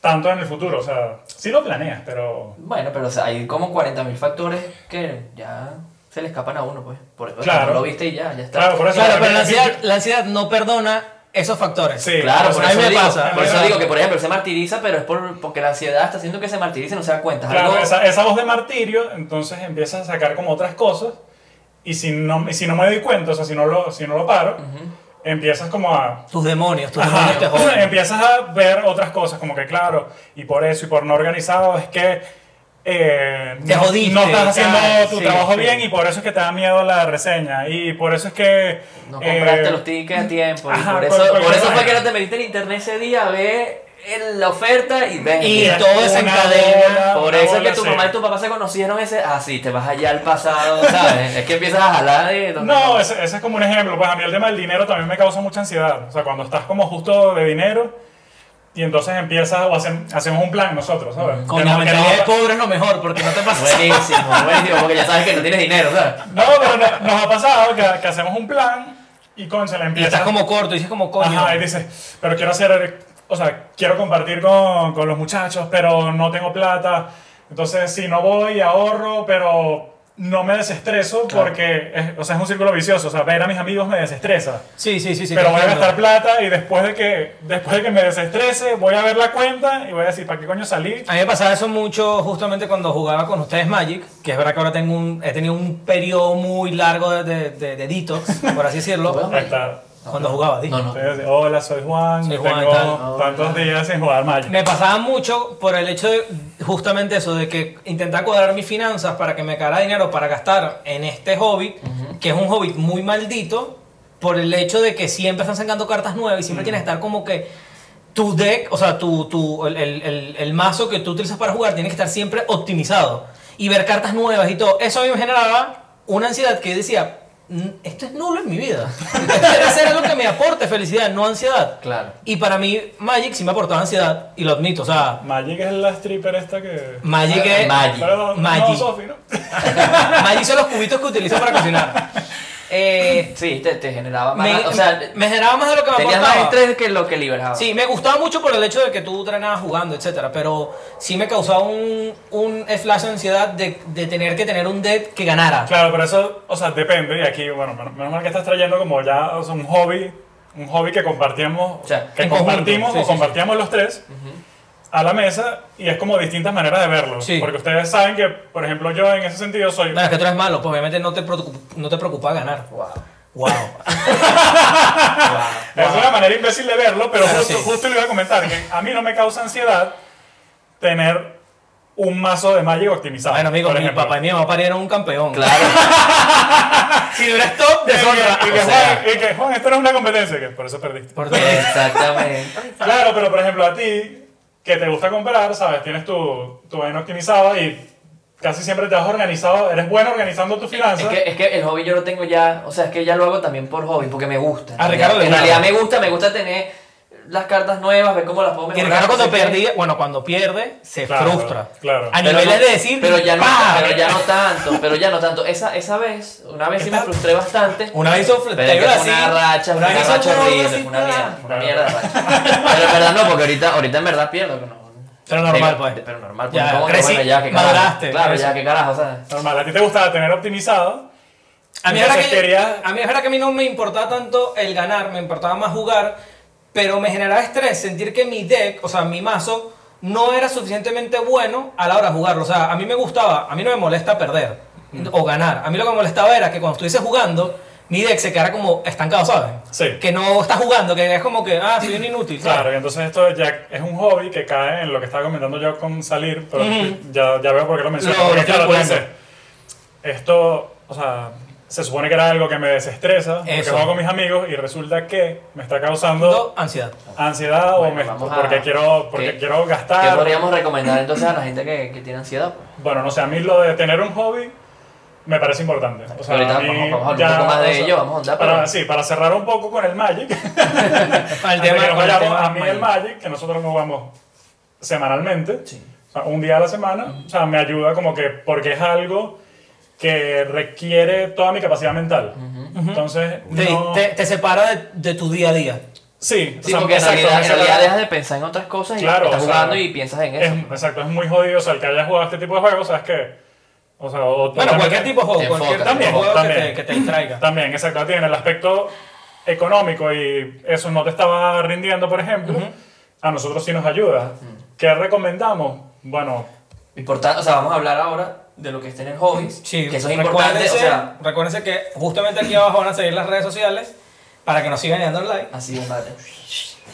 [SPEAKER 3] tanto en el futuro. O sea, sí lo planeas, pero.
[SPEAKER 1] Bueno, pero o sea, hay como 40.000 factores que ya se le escapan a uno, pues. Por eso
[SPEAKER 3] Claro.
[SPEAKER 1] no lo viste y ya, ya está.
[SPEAKER 3] Claro, por eso.
[SPEAKER 2] Claro, pero la ansiedad, la ansiedad no perdona esos factores.
[SPEAKER 3] Sí.
[SPEAKER 1] Claro,
[SPEAKER 3] o
[SPEAKER 1] por
[SPEAKER 2] sea, a
[SPEAKER 1] eso,
[SPEAKER 2] mí me
[SPEAKER 1] digo,
[SPEAKER 2] pasa.
[SPEAKER 1] por eso digo que, por ejemplo, él se martiriza, pero es por, porque la ansiedad está haciendo que se martirice y no se da cuenta. Es
[SPEAKER 3] Claro,
[SPEAKER 1] algo-
[SPEAKER 3] esa, esa voz de martirio, entonces empiezas a sacar como otras cosas. Y si no, y si no me doy cuenta, o sea, si no lo, si no lo paro, empiezas como a.
[SPEAKER 2] Tus demonios, tus
[SPEAKER 3] Ajá,
[SPEAKER 2] demonios te joden.
[SPEAKER 3] empiezas a ver otras cosas, como que claro, y por eso y por no organizado es que eh,
[SPEAKER 2] Te
[SPEAKER 3] no,
[SPEAKER 2] jodiste,
[SPEAKER 3] no estás haciendo
[SPEAKER 1] ah,
[SPEAKER 2] claro,
[SPEAKER 3] tu
[SPEAKER 2] sí,
[SPEAKER 3] trabajo
[SPEAKER 2] sí.
[SPEAKER 3] bien y por eso es que te da miedo la reseña y por eso es que...
[SPEAKER 1] No
[SPEAKER 3] eh,
[SPEAKER 1] compraste los tickets a tiempo. y
[SPEAKER 3] ajá,
[SPEAKER 1] por
[SPEAKER 3] por-
[SPEAKER 1] eso,
[SPEAKER 3] por-
[SPEAKER 1] por eso fue
[SPEAKER 3] bueno.
[SPEAKER 1] que no te metiste en internet ese día a ver el- la oferta y ven.
[SPEAKER 2] Y
[SPEAKER 1] mira.
[SPEAKER 2] todo
[SPEAKER 3] una
[SPEAKER 2] desencadena,
[SPEAKER 3] bola,
[SPEAKER 1] por
[SPEAKER 3] una
[SPEAKER 1] eso es
[SPEAKER 3] bola
[SPEAKER 1] que tu
[SPEAKER 3] así.
[SPEAKER 1] mamá y tu papá se conocieron ese. Ah, sí, te vas allá al pasado, ¿sabes? es que empiezas a jalar de donde
[SPEAKER 3] No, ese, ese es como un ejemplo. Pues a mí el tema del dinero también me causa mucha ansiedad. O sea, cuando estás como justo de dinero y entonces empiezas o hacen- hacemos un plan nosotros, ¿sabes?
[SPEAKER 2] Con
[SPEAKER 3] Tenemos
[SPEAKER 2] la
[SPEAKER 3] eh, que
[SPEAKER 2] mentalidad de
[SPEAKER 3] no-
[SPEAKER 2] pobre es lo mejor, porque no te pasa.
[SPEAKER 1] Buenísimo, buenísimo, porque ya sabes que no tienes dinero, ¿sabes?
[SPEAKER 3] No, pero no- nos ha pasado que, que hacemos un plan y con se le
[SPEAKER 2] Y estás
[SPEAKER 3] empieza
[SPEAKER 2] como corto, dices como coño.
[SPEAKER 3] Ajá, y dices, pero quiero hacer, o sea, quiero compartir con, con los muchachos, pero no tengo plata. Entonces, si no voy, ahorro, pero no me desestreso porque, es, o sea, es un círculo vicioso. O sea, ver a mis amigos me desestresa.
[SPEAKER 2] Sí, sí, sí, sí.
[SPEAKER 3] pero
[SPEAKER 2] te
[SPEAKER 3] voy a
[SPEAKER 2] entiendo.
[SPEAKER 3] gastar plata y después de que después de que me desestrese, voy a ver la cuenta y voy a decir, ¿para qué coño salí?
[SPEAKER 2] A mí me pasaba eso mucho justamente cuando jugaba con ustedes Magic, que es verdad que ahora tengo un, he tenido un periodo muy largo de, de- de- de detox, por así decirlo,
[SPEAKER 1] Bueno.
[SPEAKER 3] Ahí está.
[SPEAKER 2] cuando jugaba. dije.
[SPEAKER 1] No, no.
[SPEAKER 3] Entonces, hola, soy Juan,
[SPEAKER 2] Soy
[SPEAKER 3] y
[SPEAKER 2] Juan y
[SPEAKER 3] tengo
[SPEAKER 2] tal.
[SPEAKER 1] Hola.
[SPEAKER 3] tantos días sin jugar Magic.
[SPEAKER 2] Me pasaba mucho por el hecho de justamente eso, de que intentaba cuadrar mis finanzas para que me quedara dinero para gastar en este hobby, que es un hobby muy maldito, por el hecho de que siempre están sacando cartas nuevas y siempre tienes que estar como que tu deck, o sea, tu, tu- el, el- el- el mazo que tú utilizas para jugar tiene que estar siempre optimizado y ver cartas nuevas y todo. Eso a mí me generaba una ansiedad que decía, "Mm, esto es nulo en mi vida. Esto debe ser algo que me aporte felicidad, no ansiedad.
[SPEAKER 1] Claro.
[SPEAKER 2] Y para mí, Magic sí me aportaba ansiedad, y lo admito, o sea,
[SPEAKER 3] Magic es la stripper esta que...
[SPEAKER 2] Magic es-
[SPEAKER 1] Magic.
[SPEAKER 3] Perdón, no,
[SPEAKER 2] Magic. Ah.
[SPEAKER 3] Sofi, ¿no?
[SPEAKER 2] Magic son los cubitos que utilizo para cocinar. Eh,
[SPEAKER 1] Sí, te, te generaba más.
[SPEAKER 2] me,
[SPEAKER 1] o sea,
[SPEAKER 2] me generaba más de lo que me
[SPEAKER 1] tenías más
[SPEAKER 2] aportaba.
[SPEAKER 1] estrés que lo que liberaba.
[SPEAKER 2] Sí, me gustaba mucho por el hecho de que tú entrenabas jugando, etcétera, pero sí me causaba un, un flash de ansiedad de, de tener que tener un deck que ganara.
[SPEAKER 3] Claro, pero eso, o sea, depende. Y aquí, bueno, men- menos mal que estás trayendo como ya o sea, un hobby, un hobby que compartimos,
[SPEAKER 1] O sea,
[SPEAKER 3] que
[SPEAKER 2] en conjunto,
[SPEAKER 3] compartimos
[SPEAKER 2] sí,
[SPEAKER 3] o
[SPEAKER 2] sí,
[SPEAKER 3] compartíamos los tres a la mesa y es como distintas maneras de verlo.
[SPEAKER 2] Sí.
[SPEAKER 3] Porque ustedes saben que, por ejemplo, yo en ese sentido soy.
[SPEAKER 2] Bueno, es que tú eres malo, pues obviamente no te, preocup- no te preocupa ganar.
[SPEAKER 1] Wow.
[SPEAKER 2] Wow.
[SPEAKER 3] Es una manera imbécil de verlo, pero
[SPEAKER 2] Claro,
[SPEAKER 3] justo,
[SPEAKER 2] sí.
[SPEAKER 3] justo le iba a comentar que a mí no me causa ansiedad tener un mazo de Magic optimizado.
[SPEAKER 2] Bueno, amigo,
[SPEAKER 3] por
[SPEAKER 2] mi
[SPEAKER 3] ejemplo.
[SPEAKER 2] papá y mi mamá parieron un campeón.
[SPEAKER 1] Claro.
[SPEAKER 2] Si no eres top,
[SPEAKER 3] Y que,
[SPEAKER 2] deshonra.
[SPEAKER 3] y que,
[SPEAKER 1] O
[SPEAKER 3] Juan,
[SPEAKER 1] sea-
[SPEAKER 3] y que, Juan, esto no es una competencia, que por eso perdiste.
[SPEAKER 2] Por Dios.
[SPEAKER 1] Exactamente.
[SPEAKER 3] Claro, pero por ejemplo a ti, que te gusta comprar, sabes, tienes tu, tu vaina optimizada y casi siempre te has organizado, eres bueno organizando tus
[SPEAKER 1] Es
[SPEAKER 2] Ah,
[SPEAKER 3] finanzas.
[SPEAKER 1] que, es que el hobby yo lo tengo ya, o sea, es que ya lo hago también por hobby, porque me gusta.
[SPEAKER 2] A
[SPEAKER 1] En
[SPEAKER 2] Ah, Ricardo le
[SPEAKER 1] realidad- En
[SPEAKER 2] gusta.
[SPEAKER 1] realidad me gusta, me gusta tener las cartas nuevas, ver cómo las puedo
[SPEAKER 2] Y
[SPEAKER 1] mejorar.
[SPEAKER 2] Ricardo
[SPEAKER 1] no sé
[SPEAKER 2] cuando
[SPEAKER 1] qué.
[SPEAKER 2] perdí, bueno, cuando pierde, se
[SPEAKER 3] Claro,
[SPEAKER 2] frustra.
[SPEAKER 3] claro.
[SPEAKER 2] A
[SPEAKER 1] Pero no-
[SPEAKER 2] niveles de decir,
[SPEAKER 1] pero ya, no,
[SPEAKER 2] ¡pah!
[SPEAKER 1] pero ya no tanto, pero ya no tanto. Esa, esa vez, una vez sí me
[SPEAKER 2] Esta-
[SPEAKER 1] frustré bastante.
[SPEAKER 2] Una vez hizo fl-
[SPEAKER 1] Pero
[SPEAKER 2] te
[SPEAKER 1] es que
[SPEAKER 2] vio
[SPEAKER 1] fue
[SPEAKER 2] así.
[SPEAKER 1] una racha, fue
[SPEAKER 2] Una
[SPEAKER 1] una,
[SPEAKER 2] vez hizo
[SPEAKER 1] racha
[SPEAKER 2] fue
[SPEAKER 1] horrible,
[SPEAKER 2] así,
[SPEAKER 1] fue una mierda,
[SPEAKER 2] ¡pah!
[SPEAKER 1] fue una mierda de racha. Pero en verdad no, porque ahorita, ahorita en verdad pierdo. que no-
[SPEAKER 2] Pero normal, pues.
[SPEAKER 1] de- Pero normal,
[SPEAKER 2] Ya,
[SPEAKER 1] pues. ¿cómo que
[SPEAKER 2] crecí,
[SPEAKER 1] bueno, ya, que carajo.
[SPEAKER 2] maduraste,
[SPEAKER 1] Claro,
[SPEAKER 2] crecí.
[SPEAKER 1] ya, que carajo, ¿sabes?
[SPEAKER 3] Normal, a ti te gustaba tener optimizado.
[SPEAKER 2] A mí, es verdad
[SPEAKER 3] Entonces
[SPEAKER 2] que
[SPEAKER 3] quería-
[SPEAKER 2] a mí es verdad que a mí no me importaba tanto el ganar, me importaba más jugar, pero me generaba estrés sentir que mi deck, o sea, mi mazo, no era suficientemente bueno a la hora de jugarlo. O sea, a mí me gustaba, a mí no me molesta perder
[SPEAKER 3] Mm.
[SPEAKER 2] o ganar. A mí lo que me molestaba era que cuando estuviese jugando, mi deck se quedara como estancado, ¿sabes?
[SPEAKER 3] Sí.
[SPEAKER 2] Que no está jugando, que es como que, ah, soy un inútil. ¿sabes?
[SPEAKER 3] Claro, y entonces esto ya es un hobby que cae en lo que estaba comentando yo con salir, pero
[SPEAKER 2] Ujú.
[SPEAKER 3] ya, ya veo por qué lo menciono.
[SPEAKER 2] Lo-
[SPEAKER 3] porque
[SPEAKER 2] lo estoy
[SPEAKER 3] claro, tú
[SPEAKER 2] jugando.
[SPEAKER 3] dices, esto, o sea, se supone que era algo que me desestresa, porque
[SPEAKER 2] Eso.
[SPEAKER 3] juego con mis amigos y resulta que me está causando
[SPEAKER 2] Mundo, ansiedad.
[SPEAKER 3] ansiedad o
[SPEAKER 1] Bueno,
[SPEAKER 3] me-
[SPEAKER 1] vamos a-
[SPEAKER 3] porque, quiero, porque
[SPEAKER 1] ¿Qué-
[SPEAKER 3] quiero
[SPEAKER 1] ¿Qué
[SPEAKER 3] gastar.
[SPEAKER 1] podríamos recomendar entonces a la gente que, que tiene ansiedad? pues?
[SPEAKER 3] Bueno, no sé, a mí lo de tener un hobby me parece importante. O sea,
[SPEAKER 1] Ahorita
[SPEAKER 3] a mí
[SPEAKER 1] vamos- vamos a hablar un poco más de ello, vamos a andar,
[SPEAKER 3] para,
[SPEAKER 1] pero-
[SPEAKER 3] Sí, para cerrar un poco con el Magic.
[SPEAKER 2] Para
[SPEAKER 3] antes
[SPEAKER 2] el tema,
[SPEAKER 3] que nos
[SPEAKER 2] para el
[SPEAKER 3] vayamos,
[SPEAKER 2] tema
[SPEAKER 3] a mí el Magic, que nosotros nos jugamos semanalmente,
[SPEAKER 1] Sí.
[SPEAKER 3] o sea, un día a la semana, o sea, me ayuda como que porque es algo que requiere toda mi capacidad mental. Entonces,
[SPEAKER 2] Te,
[SPEAKER 3] no...
[SPEAKER 2] te- te separa de, de tu día a día.
[SPEAKER 3] Sí,
[SPEAKER 1] Sí,
[SPEAKER 3] o sea,
[SPEAKER 1] porque en
[SPEAKER 3] exacto,
[SPEAKER 1] realidad, en
[SPEAKER 3] exacto.
[SPEAKER 1] realidad dejas de pensar en otras cosas y
[SPEAKER 3] Claro,
[SPEAKER 1] estás
[SPEAKER 3] o sea,
[SPEAKER 1] jugando y piensas en eso.
[SPEAKER 3] Es- exacto, es muy jodido. O sea, el que haya jugado este tipo de juegos, ¿sabes qué? O sea, o-
[SPEAKER 2] Bueno,
[SPEAKER 3] también-
[SPEAKER 2] cualquier tipo de juego,
[SPEAKER 1] Enfócate.
[SPEAKER 2] cualquier
[SPEAKER 3] También,
[SPEAKER 2] tipo de juego que
[SPEAKER 3] también.
[SPEAKER 2] te, que te distraiga.
[SPEAKER 3] También, exacto. Tiene el aspecto económico y eso no te estaba rindiendo, por ejemplo. A nosotros sí nos ayuda. ¿Qué recomendamos? Bueno,
[SPEAKER 1] Importante, o sea, vamos a hablar ahora de lo que es tener hobbies,
[SPEAKER 2] Sí,
[SPEAKER 1] que eso es importante, o
[SPEAKER 2] recuérdense-
[SPEAKER 1] sea,
[SPEAKER 2] recuérdense que justamente aquí abajo van a seguir las redes sociales para que nos sigan dando like.
[SPEAKER 1] así es, madre.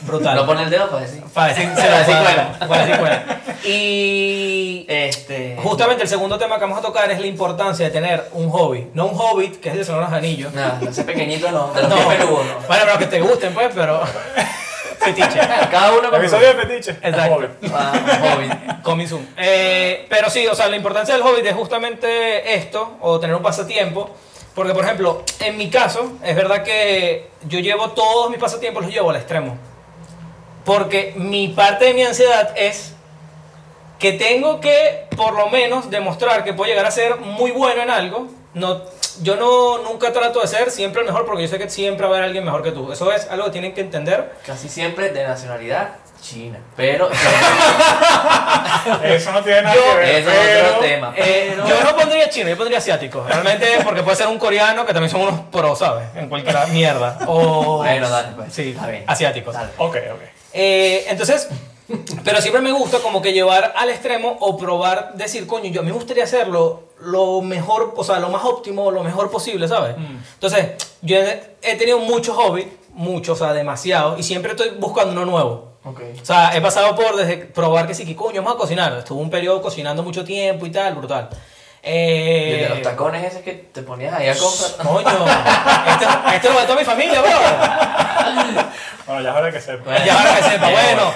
[SPEAKER 2] Brutal.
[SPEAKER 1] No pone el dedo pues, para decir. Para
[SPEAKER 2] Para decir,
[SPEAKER 1] decir fuera.
[SPEAKER 2] para decir fuera. Y
[SPEAKER 1] Este.
[SPEAKER 2] justamente el segundo tema que vamos a tocar es la importancia de tener un hobby. No un hobbit, que es el de Señor de los Anillos.
[SPEAKER 1] Nada, ese pequeñito no, de los pies peludos, no.
[SPEAKER 2] Bueno, pero que te gusten, pues, pero. Fetiche.
[SPEAKER 1] Cada uno con su.
[SPEAKER 3] episodio de fetiche.
[SPEAKER 2] Exacto.
[SPEAKER 3] Obvio.
[SPEAKER 1] Ah, un hobby.
[SPEAKER 2] Coming soon. Eh, pero sí, o sea, la importancia del hobby es justamente esto, o tener un pasatiempo. Porque, por ejemplo, en mi caso, es verdad que yo llevo todos mis pasatiempos, los llevo al extremo. Porque mi parte de mi ansiedad es que tengo que, por lo menos, demostrar que puedo llegar a ser muy bueno en algo. No, yo no, nunca trato de ser siempre el mejor porque yo sé que siempre va a haber alguien mejor que tú. Eso es algo que tienen que entender.
[SPEAKER 1] Casi siempre de nacionalidad china. Pero. eh,
[SPEAKER 3] Eso no tiene nada
[SPEAKER 2] Yo-
[SPEAKER 3] que ver.
[SPEAKER 1] Eso es otro
[SPEAKER 3] pero-
[SPEAKER 1] tema.
[SPEAKER 2] Eh,
[SPEAKER 1] Pero.
[SPEAKER 2] yo no pondría chino, yo pondría asiático. Realmente, porque puede ser un coreano que también son unos pros, ¿sabes? En cualquier mierda. O.
[SPEAKER 1] Bueno, dale, pues.
[SPEAKER 2] Sí,
[SPEAKER 1] Está bien.
[SPEAKER 2] asiáticos.
[SPEAKER 1] Dale.
[SPEAKER 3] Ok, ok.
[SPEAKER 2] Eh, entonces, pero siempre me gusta como que llevar al extremo o probar, decir, coño, yo a mí me gustaría hacerlo lo mejor, o sea, lo más óptimo, lo mejor posible, ¿sabes?
[SPEAKER 1] Mm.
[SPEAKER 2] Entonces, yo he, he tenido muchos hobbies, muchos, o sea, demasiados, y siempre estoy buscando uno nuevo.
[SPEAKER 1] Ok.
[SPEAKER 2] O sea, he pasado por desde probar que sí, que coño, vamos a cocinar. Estuve un periodo cocinando mucho tiempo y tal, brutal.
[SPEAKER 1] Y el de
[SPEAKER 2] Eh,
[SPEAKER 1] los tacones esos que te ponías ahí a comprar.
[SPEAKER 2] Coño, esto, esto lo mató mi familia, bro.
[SPEAKER 3] Bueno, ya es hora que sepa.
[SPEAKER 1] Bueno.
[SPEAKER 2] Ya para que sepa,
[SPEAKER 1] Eh,
[SPEAKER 2] bueno,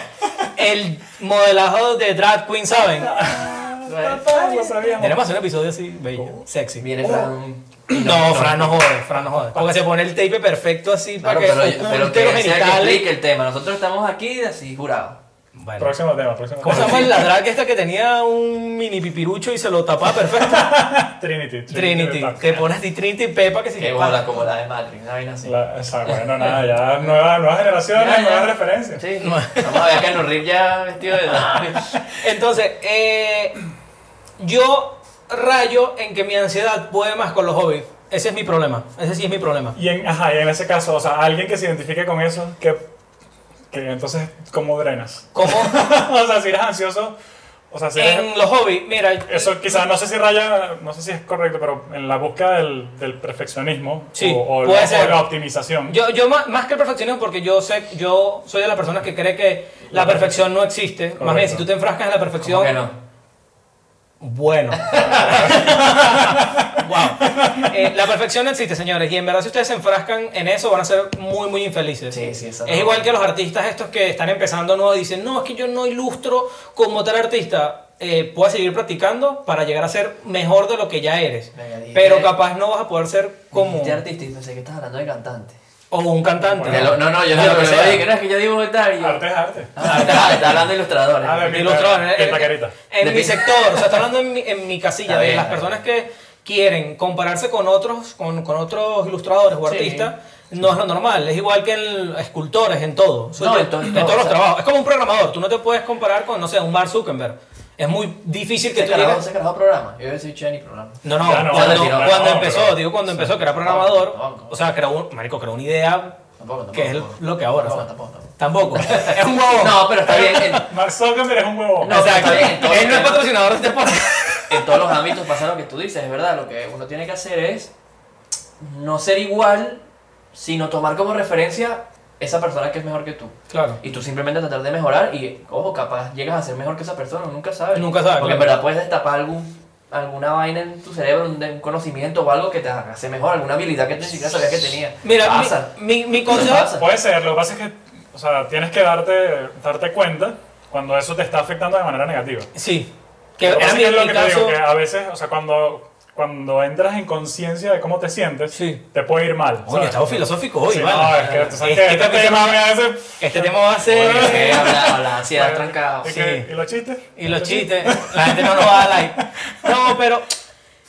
[SPEAKER 2] el modelado de drag queen, ¿saben?
[SPEAKER 3] Lo sabíamos.
[SPEAKER 2] Tenemos un episodio así, bello, sexy.
[SPEAKER 1] Oh. Viene Fran.
[SPEAKER 2] No, Fran no jode, Fran no jode. Porque se pone el tape perfecto así
[SPEAKER 1] Claro,
[SPEAKER 2] para
[SPEAKER 1] pero,
[SPEAKER 2] que
[SPEAKER 1] pero
[SPEAKER 2] oculte
[SPEAKER 1] que
[SPEAKER 2] los
[SPEAKER 1] sea que
[SPEAKER 2] genitales.
[SPEAKER 1] explique el tema. Nosotros estamos aquí así jurados.
[SPEAKER 2] Bueno.
[SPEAKER 3] Próximo tema, próximo
[SPEAKER 2] ¿Cómo se
[SPEAKER 3] tema.
[SPEAKER 2] llama la drag esta que tenía un mini pipirucho y se lo tapaba perfecto?
[SPEAKER 3] Trinity.
[SPEAKER 2] Trinity.
[SPEAKER 3] Pack.
[SPEAKER 2] Te pones di- Trinity y Pepa que si
[SPEAKER 1] Que bola como la de Matrix, una vaina así.
[SPEAKER 3] La- o sea, bueno, nada, ya nueva- nuevas generaciones,
[SPEAKER 1] Ya, ya.
[SPEAKER 3] nuevas referencias.
[SPEAKER 1] Sí, vamos a ver acá en los riffs ya vestido de
[SPEAKER 2] Ah. Entonces, eh, yo rayo en que mi ansiedad puede más con los hobbies. Ese es mi problema. Ese sí es mi problema.
[SPEAKER 3] Y en, ajá, y en ese caso, o sea, alguien que se identifique con eso, que, que entonces, ¿cómo drenas?
[SPEAKER 2] Como
[SPEAKER 3] o sea, si eres ansioso, o sea, si eres-
[SPEAKER 2] en los hobbies, mira,
[SPEAKER 3] Eso quizás, no sé si raya, no sé si es correcto, pero en la búsqueda del, del perfeccionismo
[SPEAKER 2] Sí,
[SPEAKER 3] o, o
[SPEAKER 2] puede
[SPEAKER 3] la,
[SPEAKER 2] ser.
[SPEAKER 3] o la optimización.
[SPEAKER 2] yo, yo más, más que el perfeccionismo, porque yo sé, yo soy de las personas que cree que la
[SPEAKER 3] Correcto.
[SPEAKER 2] perfección no existe. Más bien,
[SPEAKER 3] Correcto.
[SPEAKER 2] si tú te enfrascas en la
[SPEAKER 1] ¿Cómo
[SPEAKER 2] perfección,
[SPEAKER 1] que no?
[SPEAKER 2] Bueno. wow. Eh, la perfección no existe, señores. Y en verdad, si ustedes se enfrascan en eso, van a ser muy, muy infelices.
[SPEAKER 1] Sí, sí, eso
[SPEAKER 2] Es
[SPEAKER 1] no.
[SPEAKER 2] igual que los artistas estos que están empezando nuevos y dicen, no, es que yo no ilustro como tal artista. Eh, puedes seguir practicando para llegar a ser mejor de lo que ya eres.
[SPEAKER 1] Venga, dijiste-
[SPEAKER 2] Pero capaz no vas a poder ser como...
[SPEAKER 1] Dijiste artista y pensé que estás hablando de cantante.
[SPEAKER 2] O un cantante.
[SPEAKER 1] De lo- no, no, yo
[SPEAKER 2] De
[SPEAKER 1] no,
[SPEAKER 2] lo que
[SPEAKER 1] pero
[SPEAKER 2] sea.
[SPEAKER 1] dije, no, es que yo dibujo y tal. y yo-
[SPEAKER 3] Arte es arte.
[SPEAKER 1] Ah, está, está hablando de ilustradores.
[SPEAKER 3] A ver,
[SPEAKER 2] De
[SPEAKER 3] Pinta-
[SPEAKER 2] ilustrador, eh,
[SPEAKER 3] pinta
[SPEAKER 2] eh,
[SPEAKER 3] carita.
[SPEAKER 2] En
[SPEAKER 1] De
[SPEAKER 2] mi
[SPEAKER 1] pinta.
[SPEAKER 2] sector, o sea, está hablando en mi, en mi casilla,
[SPEAKER 1] Está
[SPEAKER 2] de
[SPEAKER 1] bien,
[SPEAKER 2] las
[SPEAKER 1] está
[SPEAKER 2] personas que quieren compararse con otros, con, con otros ilustradores o
[SPEAKER 1] Sí.
[SPEAKER 2] artistas, no es lo normal, es igual que en escultores, en todo, O sea,
[SPEAKER 1] No,
[SPEAKER 2] yo-
[SPEAKER 1] en todo, en todo,
[SPEAKER 2] todos
[SPEAKER 1] o
[SPEAKER 2] los
[SPEAKER 1] sea.
[SPEAKER 2] trabajos. Es como un programador, tú no te puedes comparar con, no sé, un Mark Zuckerberg. Es muy difícil que
[SPEAKER 1] ¿Ese
[SPEAKER 2] tú
[SPEAKER 1] carajo,
[SPEAKER 2] digas...
[SPEAKER 1] ese carajo programa? Yo soy Chani programa.
[SPEAKER 2] No, no,
[SPEAKER 3] Ya no,
[SPEAKER 2] cuando,
[SPEAKER 1] ya retiró,
[SPEAKER 2] cuando
[SPEAKER 3] no,
[SPEAKER 2] empezó,
[SPEAKER 3] pero-
[SPEAKER 2] digo cuando empezó, que era programador,
[SPEAKER 1] No, no.
[SPEAKER 2] o sea, creó un, marico, creó una idea
[SPEAKER 1] Tampoco, tampoco.
[SPEAKER 2] que es el-
[SPEAKER 1] tampoco.
[SPEAKER 2] lo que ahora,
[SPEAKER 1] Tampoco,
[SPEAKER 2] o sea.
[SPEAKER 1] tampoco, tampoco.
[SPEAKER 2] tampoco, es un huevo.
[SPEAKER 1] Oh. No, pero está bien. En,
[SPEAKER 3] Mark Zuckerberg es un huevo.
[SPEAKER 1] No, pero está bien, en todo
[SPEAKER 2] él no es
[SPEAKER 1] tema.
[SPEAKER 2] patrocinador de este podcast.
[SPEAKER 1] en todos los ámbitos pasa lo que tú dices, es verdad. Lo que uno tiene que hacer es no ser igual, sino tomar como referencia esa persona que es mejor que tú.
[SPEAKER 2] Claro.
[SPEAKER 1] Y tú simplemente tratar de mejorar y, ojo, capaz llegas a ser mejor que esa persona, nunca sabes.
[SPEAKER 2] Nunca sabes,
[SPEAKER 1] Porque en
[SPEAKER 2] claro.
[SPEAKER 1] verdad puedes destapar algún, alguna vaina en tu cerebro, un, un conocimiento o algo que te hace mejor, alguna habilidad que tú ni siquiera sabías que tenías.
[SPEAKER 2] Mira, mi-
[SPEAKER 1] pasa.
[SPEAKER 2] mi, mi consejo.
[SPEAKER 1] Pasa.
[SPEAKER 3] Puede ser, lo que pasa es que, o sea, tienes que darte, darte cuenta cuando eso te está afectando de manera negativa.
[SPEAKER 2] Sí. Que
[SPEAKER 3] Lo que
[SPEAKER 2] era
[SPEAKER 3] pasa
[SPEAKER 2] mi,
[SPEAKER 3] es que es
[SPEAKER 2] mi
[SPEAKER 3] lo que te
[SPEAKER 2] caso.
[SPEAKER 3] digo, que a veces, o sea, cuando, cuando entras en conciencia de cómo te sientes,
[SPEAKER 2] Sí.
[SPEAKER 3] te puede ir mal.
[SPEAKER 2] Coño,
[SPEAKER 3] ¿sabes?
[SPEAKER 2] estamos filosóficos hoy,
[SPEAKER 3] Sí,
[SPEAKER 2] vale.
[SPEAKER 3] no, es que, tú sabes que
[SPEAKER 2] Este
[SPEAKER 3] este
[SPEAKER 2] capítulo-
[SPEAKER 3] tema me hace...
[SPEAKER 2] Este tema va a
[SPEAKER 1] Oye,
[SPEAKER 2] ser.
[SPEAKER 1] que Eh, habla, habla, ansiedad
[SPEAKER 3] Bueno,
[SPEAKER 1] trancado.
[SPEAKER 3] ¿Y,
[SPEAKER 2] sí.
[SPEAKER 3] qué? ¿Y los chistes?
[SPEAKER 2] Y los chistes. La gente no nos va a dar like. No, pero.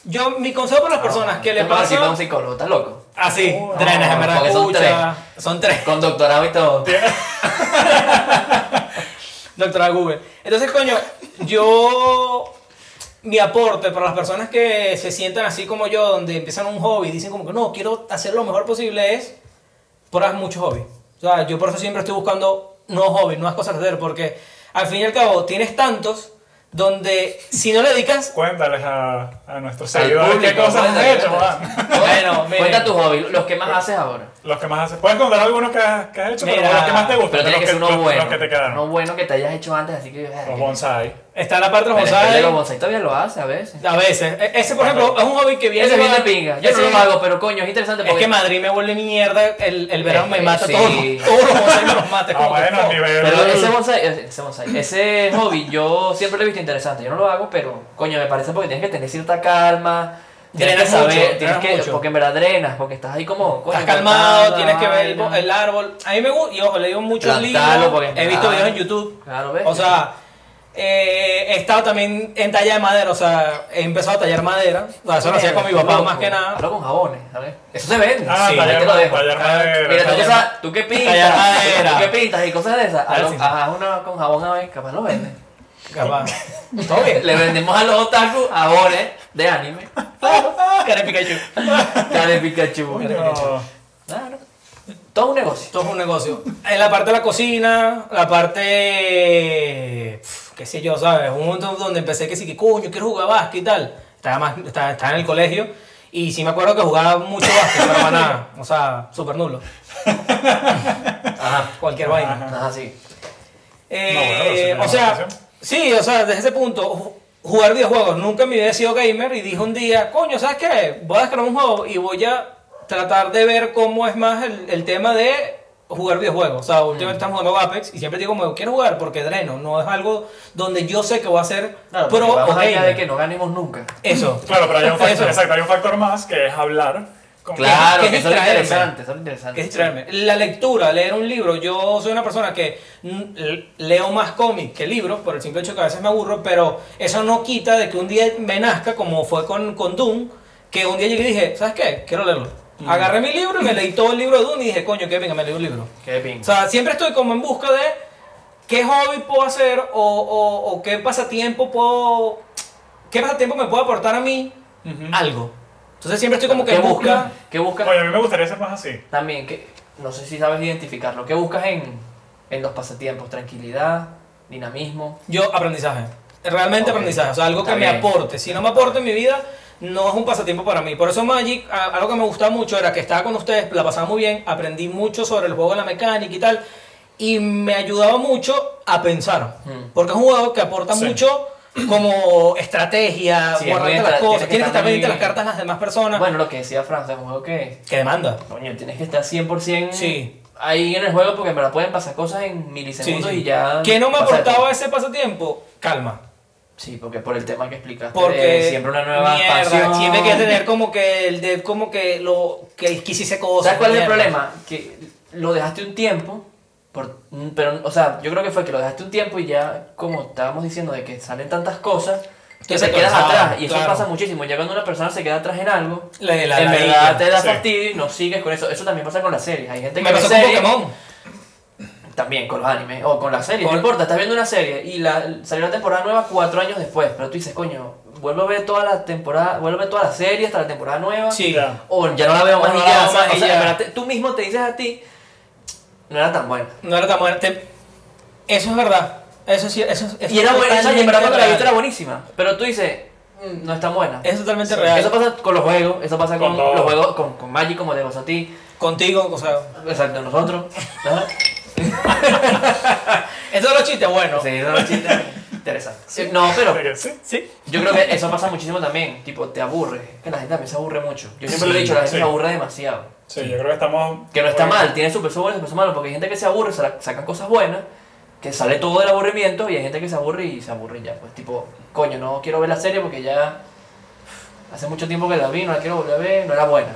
[SPEAKER 2] Yo, mi consejo
[SPEAKER 3] Ah,
[SPEAKER 2] para las personas que le
[SPEAKER 1] Te puedo decir
[SPEAKER 2] pasa
[SPEAKER 1] con un psicólogo, estás loco.
[SPEAKER 2] así,
[SPEAKER 3] No,
[SPEAKER 2] drenes, en verdad,
[SPEAKER 1] porque son
[SPEAKER 2] escucha,
[SPEAKER 1] tres.
[SPEAKER 2] Son tres.
[SPEAKER 1] Con doctorado y todo.
[SPEAKER 2] Doctora Google. Entonces, coño, yo. Mi aporte para las personas que se sientan así como yo, donde empiezan un hobby, dicen como que no, quiero hacer lo mejor posible, es pruebas muchos hobbies. O sea, yo por eso siempre estoy buscando nuevos hobbies, nuevas cosas que hacer, porque al fin y al cabo tienes tantos donde si no le dedicas.
[SPEAKER 3] Cuéntales a, a nuestros
[SPEAKER 1] Al
[SPEAKER 3] seguidores qué
[SPEAKER 1] público,
[SPEAKER 3] cosas has
[SPEAKER 1] cuéntale,
[SPEAKER 3] hecho,
[SPEAKER 1] cuéntale.
[SPEAKER 3] man.
[SPEAKER 2] Bueno, miren.
[SPEAKER 1] Cuenta tus hobbies, los que más haces ahora.
[SPEAKER 3] Los que más haces. Puedes contar algunos que has, que has hecho,
[SPEAKER 2] Mira,
[SPEAKER 3] pero los que más te gustan.
[SPEAKER 1] Pero tiene
[SPEAKER 3] los
[SPEAKER 1] que ser uno
[SPEAKER 3] los-
[SPEAKER 1] bueno.
[SPEAKER 3] Los que te quedaron.
[SPEAKER 1] Uno bueno que te hayas hecho antes, así que. ah,
[SPEAKER 3] Los
[SPEAKER 1] que-
[SPEAKER 3] bonsai.
[SPEAKER 2] Está la parte de los
[SPEAKER 1] Pero es que el de los
[SPEAKER 2] bonsai.
[SPEAKER 1] bonsai todavía lo hace a veces.
[SPEAKER 2] A veces. E- Ese, por ejemplo, es un hobby que viene.
[SPEAKER 1] Ese viene
[SPEAKER 2] con-
[SPEAKER 1] de pinga. Yo no
[SPEAKER 2] ese-
[SPEAKER 1] lo hago, pero coño, es interesante
[SPEAKER 2] Es
[SPEAKER 1] porque.
[SPEAKER 2] que Madrid me vuelve mierda, el, el verano me
[SPEAKER 1] Eh,
[SPEAKER 2] mata
[SPEAKER 1] sí.
[SPEAKER 2] todos, los- todos los bonsai me los mata.
[SPEAKER 3] Ah,
[SPEAKER 2] es como que,
[SPEAKER 3] bueno, a
[SPEAKER 2] fuck.
[SPEAKER 3] nivel.
[SPEAKER 1] Pero ese bonsai, eh, ese bonsai, ese hobby yo siempre lo he visto interesante. Yo no lo hago, pero coño, me parece porque tienes que tener cierta calma. Tienes
[SPEAKER 2] Drenas
[SPEAKER 1] que saber,
[SPEAKER 2] mucho,
[SPEAKER 1] tienes
[SPEAKER 2] drenas
[SPEAKER 1] que,
[SPEAKER 2] mucho.
[SPEAKER 1] porque en verdad drenas, porque estás ahí como, coño,
[SPEAKER 2] Estás calmado,
[SPEAKER 1] cortando
[SPEAKER 2] tienes que ver el,
[SPEAKER 1] vaina.
[SPEAKER 2] el árbol. A mí me gusta, y ojo, le digo muchos
[SPEAKER 1] Plantalo,
[SPEAKER 2] libros,
[SPEAKER 1] porque es
[SPEAKER 2] he visto
[SPEAKER 1] verdad.
[SPEAKER 2] videos en YouTube.
[SPEAKER 1] Claro, ves.
[SPEAKER 2] O sea, eh, he estado también en talla de madera, o sea, he empezado a tallar madera. O sea, eso lo hacía con mi
[SPEAKER 1] Loco,
[SPEAKER 2] papá más que nada.
[SPEAKER 1] Hazlo con jabones, ¿sabes? Eso se vende.
[SPEAKER 3] Ah,
[SPEAKER 1] Sí, ahí
[SPEAKER 3] tallar,
[SPEAKER 1] te lo dejo.
[SPEAKER 3] tallar madera.
[SPEAKER 1] Mira, tú,
[SPEAKER 2] tallar-
[SPEAKER 1] cosas- tú qué pintas,
[SPEAKER 2] tallar madera.
[SPEAKER 1] tú qué pintas y cosas de esas.
[SPEAKER 2] Claro,
[SPEAKER 1] Hazlo-
[SPEAKER 2] sí.
[SPEAKER 1] Ajá, una con jabón a ver, capaz lo venden.
[SPEAKER 2] Capaz. Todo bien.
[SPEAKER 1] Le vendemos a los otaku jabones de anime. Claro.
[SPEAKER 2] Cara de Pikachu.
[SPEAKER 1] Cara de Pikachu.
[SPEAKER 3] Coño.
[SPEAKER 1] cara de Pikachu. Claro. Todo un negocio.
[SPEAKER 2] Ah, Todo es un negocio. En la parte de la cocina, la parte. pf, qué sé yo, ¿sabes? Un momento donde empecé que sí, que coño, quiero jugar básquet y tal. Estaba, más, estaba, estaba en el colegio y sí me acuerdo que jugaba mucho básquet, pero para nada. O sea, súper nulo.
[SPEAKER 1] Ajá.
[SPEAKER 2] Cualquier vaina.
[SPEAKER 1] Ajá, sí.
[SPEAKER 2] Eh,
[SPEAKER 3] No, bueno, pero sí tiene
[SPEAKER 2] o sea,
[SPEAKER 3] relación.
[SPEAKER 2] sí, o sea, desde ese punto, ju- jugar videojuegos. Nunca en mi vida he sido gamer y dije un día, coño, ¿sabes qué? Voy a descargar un juego y voy a tratar de ver cómo es más el, el tema de jugar videojuegos. O sea, últimamente
[SPEAKER 3] Mm.
[SPEAKER 2] estamos jugando Apex y siempre digo, como, quiero jugar porque dreno. No es algo donde yo sé que voy a ser
[SPEAKER 1] Claro,
[SPEAKER 2] pro
[SPEAKER 1] pero
[SPEAKER 2] o
[SPEAKER 1] vamos allá
[SPEAKER 2] gamer.
[SPEAKER 1] de que no ganemos nunca.
[SPEAKER 2] Eso.
[SPEAKER 3] Claro, pero hay un, factor,
[SPEAKER 2] Eso.
[SPEAKER 3] exacto, hay un factor más que es hablar. Con
[SPEAKER 1] Claro,
[SPEAKER 2] que
[SPEAKER 1] que eso es
[SPEAKER 2] distraerme.
[SPEAKER 1] interesante, eso es interesante.
[SPEAKER 2] que es distraerme. La lectura, leer un libro. Yo soy una persona que mm, l- leo más cómics que libros, por el simple hecho que a veces me aburro, pero eso no quita de que un día me nazca, como fue con, con Doom, que un día llegué y dije, ¿sabes qué? Quiero leerlo. Agarré mi libro y me leí todo el libro de Doom y dije, coño, que venga, me leí un libro.
[SPEAKER 1] Qué
[SPEAKER 2] O
[SPEAKER 1] pinga.
[SPEAKER 2] sea, siempre estoy como en busca de qué hobby puedo hacer o, o- o qué pasatiempo puedo. ¿Qué pasatiempo me puede aportar a mí algo? Entonces siempre estoy como que
[SPEAKER 1] ¿Qué
[SPEAKER 2] en
[SPEAKER 1] buscas?
[SPEAKER 2] busca.
[SPEAKER 1] ¿Qué buscas?
[SPEAKER 3] Oye, a mí me gustaría ser más así.
[SPEAKER 1] También, que no sé si sabes identificarlo. ¿Qué buscas en, en los pasatiempos? Tranquilidad, dinamismo.
[SPEAKER 2] Yo, aprendizaje. Realmente
[SPEAKER 1] Ok.
[SPEAKER 2] aprendizaje. O sea, algo que
[SPEAKER 1] Está
[SPEAKER 2] me
[SPEAKER 1] bien.
[SPEAKER 2] aporte. Si no me aporta en mi vida, no es un pasatiempo para mí. Por eso Magic, a- algo que me gustaba mucho era que estaba con ustedes, la pasaba muy bien, aprendí mucho sobre el juego de la mecánica y tal. Y me ayudaba mucho a pensar.
[SPEAKER 1] Mm.
[SPEAKER 2] Porque es un juego que aporta
[SPEAKER 3] Sí.
[SPEAKER 2] mucho como
[SPEAKER 1] Sí,
[SPEAKER 2] estrategia,
[SPEAKER 1] es muy
[SPEAKER 2] guardarte
[SPEAKER 1] estra- tienes que
[SPEAKER 2] las cosas. Tienes que
[SPEAKER 1] estar
[SPEAKER 2] estar pendiente de
[SPEAKER 1] muy-
[SPEAKER 2] las cartas de las demás personas.
[SPEAKER 1] Bueno, lo que decía Franz, es un juego que,
[SPEAKER 2] que demanda.
[SPEAKER 1] coño, tienes que estar 100%
[SPEAKER 2] Sí.
[SPEAKER 1] ahí en el juego porque en verdad pueden pasar cosas en milisegundos
[SPEAKER 2] Sí, sí.
[SPEAKER 1] y ya...
[SPEAKER 2] ¿Qué no me
[SPEAKER 1] pasa de todo.
[SPEAKER 2] aportaba ese pasatiempo? Calma.
[SPEAKER 1] Sí, porque por el tema que explicaste,
[SPEAKER 2] porque
[SPEAKER 1] de Eh, siempre una nueva
[SPEAKER 2] mierda,
[SPEAKER 1] expansión.
[SPEAKER 2] siempre hay que tener como que el de como que lo que quisiese cosas
[SPEAKER 1] ¿Sabes cuál es el
[SPEAKER 2] mierda.
[SPEAKER 1] problema? Que lo dejaste un tiempo, por- mm, pero, o sea, yo creo que fue que lo dejaste un tiempo y ya, como estábamos diciendo, de que salen tantas cosas, que
[SPEAKER 2] Te
[SPEAKER 1] te quedas
[SPEAKER 2] atrasado,
[SPEAKER 1] atrás. Y eso
[SPEAKER 2] claro.
[SPEAKER 1] pasa muchísimo. Ya cuando una persona se queda atrás en algo,
[SPEAKER 2] La- la-
[SPEAKER 1] en
[SPEAKER 2] la-
[SPEAKER 1] verdad
[SPEAKER 2] la-
[SPEAKER 1] te da
[SPEAKER 3] sí.
[SPEAKER 1] fastidio y no sigues con eso. Eso también pasa con las series. Hay gente que
[SPEAKER 2] me
[SPEAKER 1] ve
[SPEAKER 2] pasó con
[SPEAKER 1] series-
[SPEAKER 2] Pokémon
[SPEAKER 1] También con los animes o con las series.
[SPEAKER 2] Con-
[SPEAKER 1] No importa, estás viendo una serie y la, salió la temporada nueva cuatro años después. Pero tú dices, coño, vuelvo a ver toda la temporada, vuelvo a ver toda la serie hasta la temporada nueva.
[SPEAKER 2] sí
[SPEAKER 3] Ya.
[SPEAKER 1] O ya no la veo
[SPEAKER 2] O
[SPEAKER 1] más
[SPEAKER 2] no
[SPEAKER 1] y
[SPEAKER 2] la
[SPEAKER 1] ya.
[SPEAKER 2] veo
[SPEAKER 1] o sea,
[SPEAKER 2] más y
[SPEAKER 1] o sea,
[SPEAKER 2] ya.
[SPEAKER 1] en verdad, te- tú mismo te dices a ti, no era tan buena.
[SPEAKER 2] no era tan buena te- eso es verdad eso sí eso, es- eso
[SPEAKER 1] Y era
[SPEAKER 2] es
[SPEAKER 1] buena, o sea, y en
[SPEAKER 2] totalmente
[SPEAKER 1] verdad cuando la
[SPEAKER 2] real.
[SPEAKER 1] viste era buenísima. Pero tú dices, "Mm, no es tan buena.
[SPEAKER 2] es totalmente
[SPEAKER 3] Sí.
[SPEAKER 2] real
[SPEAKER 1] Eso pasa con los juegos, eso pasa
[SPEAKER 3] Con
[SPEAKER 1] con,
[SPEAKER 3] todo.
[SPEAKER 1] los juegos, con, con Magic como te pasó a ti,
[SPEAKER 2] contigo o sea
[SPEAKER 1] exacto, nosotros. Ajá.
[SPEAKER 2] eso es lo chiste bueno
[SPEAKER 1] Sí, eso es un chiste interesante. Eh, No, pero
[SPEAKER 3] ¿De que sí?
[SPEAKER 2] sí
[SPEAKER 1] Yo creo que eso pasa muchísimo también, tipo, te aburre. Que la gente también se aburre mucho. Yo siempre
[SPEAKER 3] Sí,
[SPEAKER 1] lo he dicho, la gente
[SPEAKER 3] sí.
[SPEAKER 1] se aburre demasiado.
[SPEAKER 3] Sí, yo creo que estamos.
[SPEAKER 1] Que no está mal, tiene sus pesos buenos y sus pesos malos, porque hay gente que se aburre, sa- sacan cosas buenas, que sale todo del aburrimiento, y hay gente que se aburre y se aburre ya. Pues tipo, coño, no quiero ver la serie porque ya hace mucho tiempo que la vi, no la quiero volver a ver, no era buena.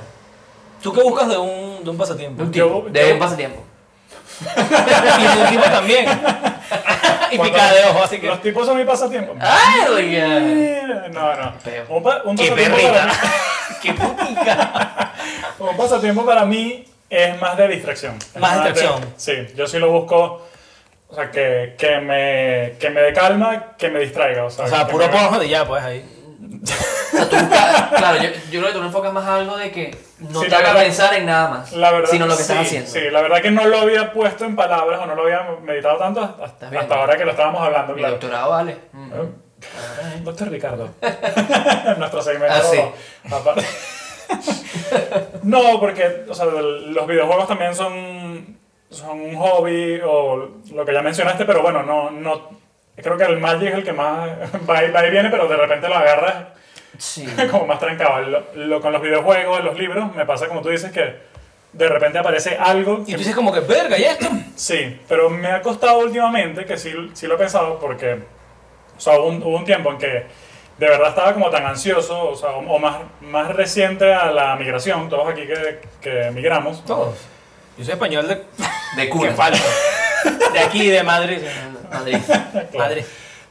[SPEAKER 2] tú qué buscas de un de un pasatiempo
[SPEAKER 1] De un
[SPEAKER 3] Yo-
[SPEAKER 1] tipo, de
[SPEAKER 3] yo-
[SPEAKER 1] un pasatiempo.
[SPEAKER 2] y tu tipo también. y
[SPEAKER 3] Cuando-
[SPEAKER 2] picada de ojo, así que.
[SPEAKER 3] Los tipos son mi pasatiempo.
[SPEAKER 1] ¡Ay, oiga!
[SPEAKER 3] No, no.
[SPEAKER 1] Feo.
[SPEAKER 3] Un, pa- un
[SPEAKER 2] ¡Qué
[SPEAKER 3] pasatiempo para
[SPEAKER 2] perrita!
[SPEAKER 3] mí,
[SPEAKER 2] ¡Qué putica!
[SPEAKER 3] un pasatiempo para mí es más de distracción. Es
[SPEAKER 2] Más
[SPEAKER 3] de-
[SPEAKER 2] distracción.
[SPEAKER 3] sí, yo sí lo busco. O sea, que, que, me, que me dé calma, que me distraiga. O sea,
[SPEAKER 2] O sea,
[SPEAKER 3] que
[SPEAKER 2] puro
[SPEAKER 3] me-
[SPEAKER 2] porno de ya, pues ahí.
[SPEAKER 1] O sea, tú buscas- claro, yo, yo creo que tú no enfocas más a algo de que no
[SPEAKER 3] Sí,
[SPEAKER 1] te
[SPEAKER 3] la
[SPEAKER 1] haga
[SPEAKER 3] verdad-
[SPEAKER 1] pensar en nada más,
[SPEAKER 3] La verdad,
[SPEAKER 1] sino lo que
[SPEAKER 3] sí,
[SPEAKER 1] estás haciendo.
[SPEAKER 3] Sí, la verdad que no lo había puesto en palabras o no lo había meditado tanto hasta,
[SPEAKER 1] Está bien.
[SPEAKER 3] hasta ahora que lo estábamos hablando,
[SPEAKER 1] Mi
[SPEAKER 3] claro.
[SPEAKER 1] doctorado vale. Mm.
[SPEAKER 3] ¿Eh?
[SPEAKER 1] Ahora, eh.
[SPEAKER 3] Doctor Ricardo. Nuestro segmento.
[SPEAKER 1] Ah, sí.
[SPEAKER 3] aparte. no, porque o sea, los videojuegos también son, son un hobby o lo que ya mencionaste, pero bueno, no, no. Creo que el Magic es el que más va y, va y viene, pero de repente lo agarras
[SPEAKER 1] Sí.
[SPEAKER 3] como más trancado. Lo, lo- con los videojuegos, los libros, me pasa como tú dices que de repente aparece algo.
[SPEAKER 2] Y
[SPEAKER 3] que-
[SPEAKER 2] tú dices como que, verga, ¿y esto?
[SPEAKER 3] Sí, pero me ha costado últimamente, que sí, sí lo he pensado, porque o sea, hubo, un, hubo un tiempo en que de verdad estaba como tan ansioso, o, sea, o- o más, más reciente a la migración, todos aquí que, que migramos.
[SPEAKER 2] Todo. Yo soy español de.
[SPEAKER 1] De
[SPEAKER 2] ¡Qué
[SPEAKER 1] cuna.
[SPEAKER 2] falso! De aquí, de Madrid.
[SPEAKER 1] Madrid.
[SPEAKER 2] Madrid.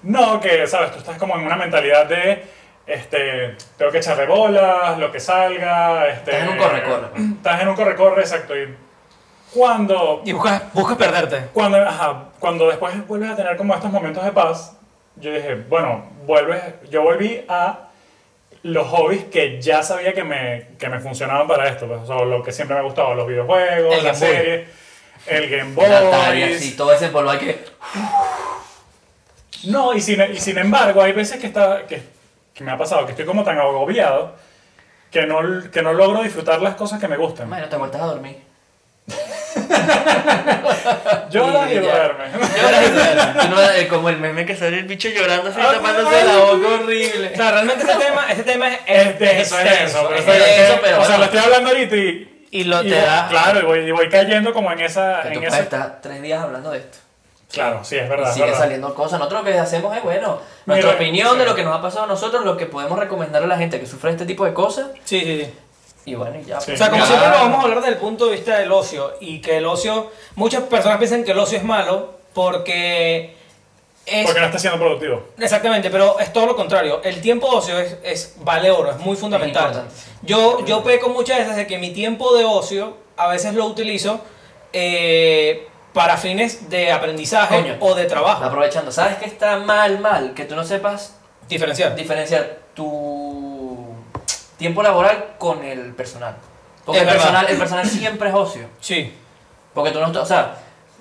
[SPEAKER 3] No, que, sabes, tú estás como en una mentalidad de, este, tengo que echarle bolas, lo que salga, este...
[SPEAKER 1] Estás en un corre-corre.
[SPEAKER 3] Estás en un corre-corre, exacto, y cuando...
[SPEAKER 2] Y buscas, buscas perderte.
[SPEAKER 3] Cuando, ajá, cuando después vuelves a tener como estos momentos de paz, yo dije, bueno, vuelves, yo volví a los hobbies que ya sabía que me, que me funcionaban para esto, pues, o sea, lo que siempre me gustaba, los videojuegos,
[SPEAKER 2] El
[SPEAKER 3] las
[SPEAKER 2] Game Boy.
[SPEAKER 3] series, el Game
[SPEAKER 1] Natalia, sí,
[SPEAKER 3] Boy.
[SPEAKER 1] todo ese polvo hay que.
[SPEAKER 3] No, y sin, y sin embargo, hay veces que, está, que, que me ha pasado que estoy como tan agobiado que no, que no logro disfrutar las cosas que me gustan.
[SPEAKER 1] Bueno, te acuestas a dormir.
[SPEAKER 3] Yo
[SPEAKER 1] Y
[SPEAKER 3] no quiero
[SPEAKER 1] ya.
[SPEAKER 3] verme.
[SPEAKER 1] Lloras. Uno, eh, como el meme que sale el bicho llorando así,
[SPEAKER 2] Ah,
[SPEAKER 3] Ay,
[SPEAKER 1] tapándose la
[SPEAKER 3] ay.
[SPEAKER 1] boca
[SPEAKER 2] O
[SPEAKER 1] horrible.
[SPEAKER 2] sea, realmente ese tema, ese tema es,
[SPEAKER 3] Es denso, es denso. pero
[SPEAKER 2] es
[SPEAKER 1] denso,
[SPEAKER 3] estoy- estoy-
[SPEAKER 1] pero
[SPEAKER 3] o sea,
[SPEAKER 1] bueno.
[SPEAKER 3] lo estoy hablando ahorita y.
[SPEAKER 2] Y lo te
[SPEAKER 3] voy-
[SPEAKER 2] da-
[SPEAKER 3] Claro, y voy, y voy cayendo como en esa.
[SPEAKER 1] Que tú
[SPEAKER 3] En
[SPEAKER 1] puedes
[SPEAKER 3] esa
[SPEAKER 1] estar tres días hablando de esto.
[SPEAKER 3] claro, sí, es
[SPEAKER 1] Y
[SPEAKER 3] verdad. es
[SPEAKER 1] sigue
[SPEAKER 3] verdad.
[SPEAKER 1] saliendo cosas. Nosotros lo que hacemos es, bueno, nuestra
[SPEAKER 3] Mira,
[SPEAKER 1] opinión
[SPEAKER 3] sí.
[SPEAKER 1] de lo que nos ha pasado a nosotros, lo que podemos recomendar a la gente que sufre este tipo de cosas.
[SPEAKER 2] Sí, sí, sí.
[SPEAKER 1] Y bueno, y ya.
[SPEAKER 3] Sí.
[SPEAKER 1] pues.
[SPEAKER 2] O sea, como
[SPEAKER 1] Ya.
[SPEAKER 2] siempre lo vamos a hablar desde el punto de vista del ocio y que el ocio, muchas personas piensan que el ocio es malo porque es...
[SPEAKER 3] Porque no está siendo productivo.
[SPEAKER 2] Exactamente, pero es todo lo contrario. El tiempo de ocio es, es vale oro, es muy fundamental.
[SPEAKER 1] importante, sí.
[SPEAKER 2] yo, yo peco muchas veces de que mi tiempo de ocio a veces lo utilizo eh, para fines de aprendizaje
[SPEAKER 1] Coño.
[SPEAKER 2] o de trabajo.
[SPEAKER 1] Aprovechando, ¿sabes que está mal, mal? Que tú no sepas
[SPEAKER 2] Diferenciar.
[SPEAKER 1] diferenciar tu tiempo laboral con el personal. Porque
[SPEAKER 2] Es
[SPEAKER 1] el
[SPEAKER 2] verdad.
[SPEAKER 1] personal, el personal siempre es ocio.
[SPEAKER 2] Sí.
[SPEAKER 1] Porque tú no estás, o sea,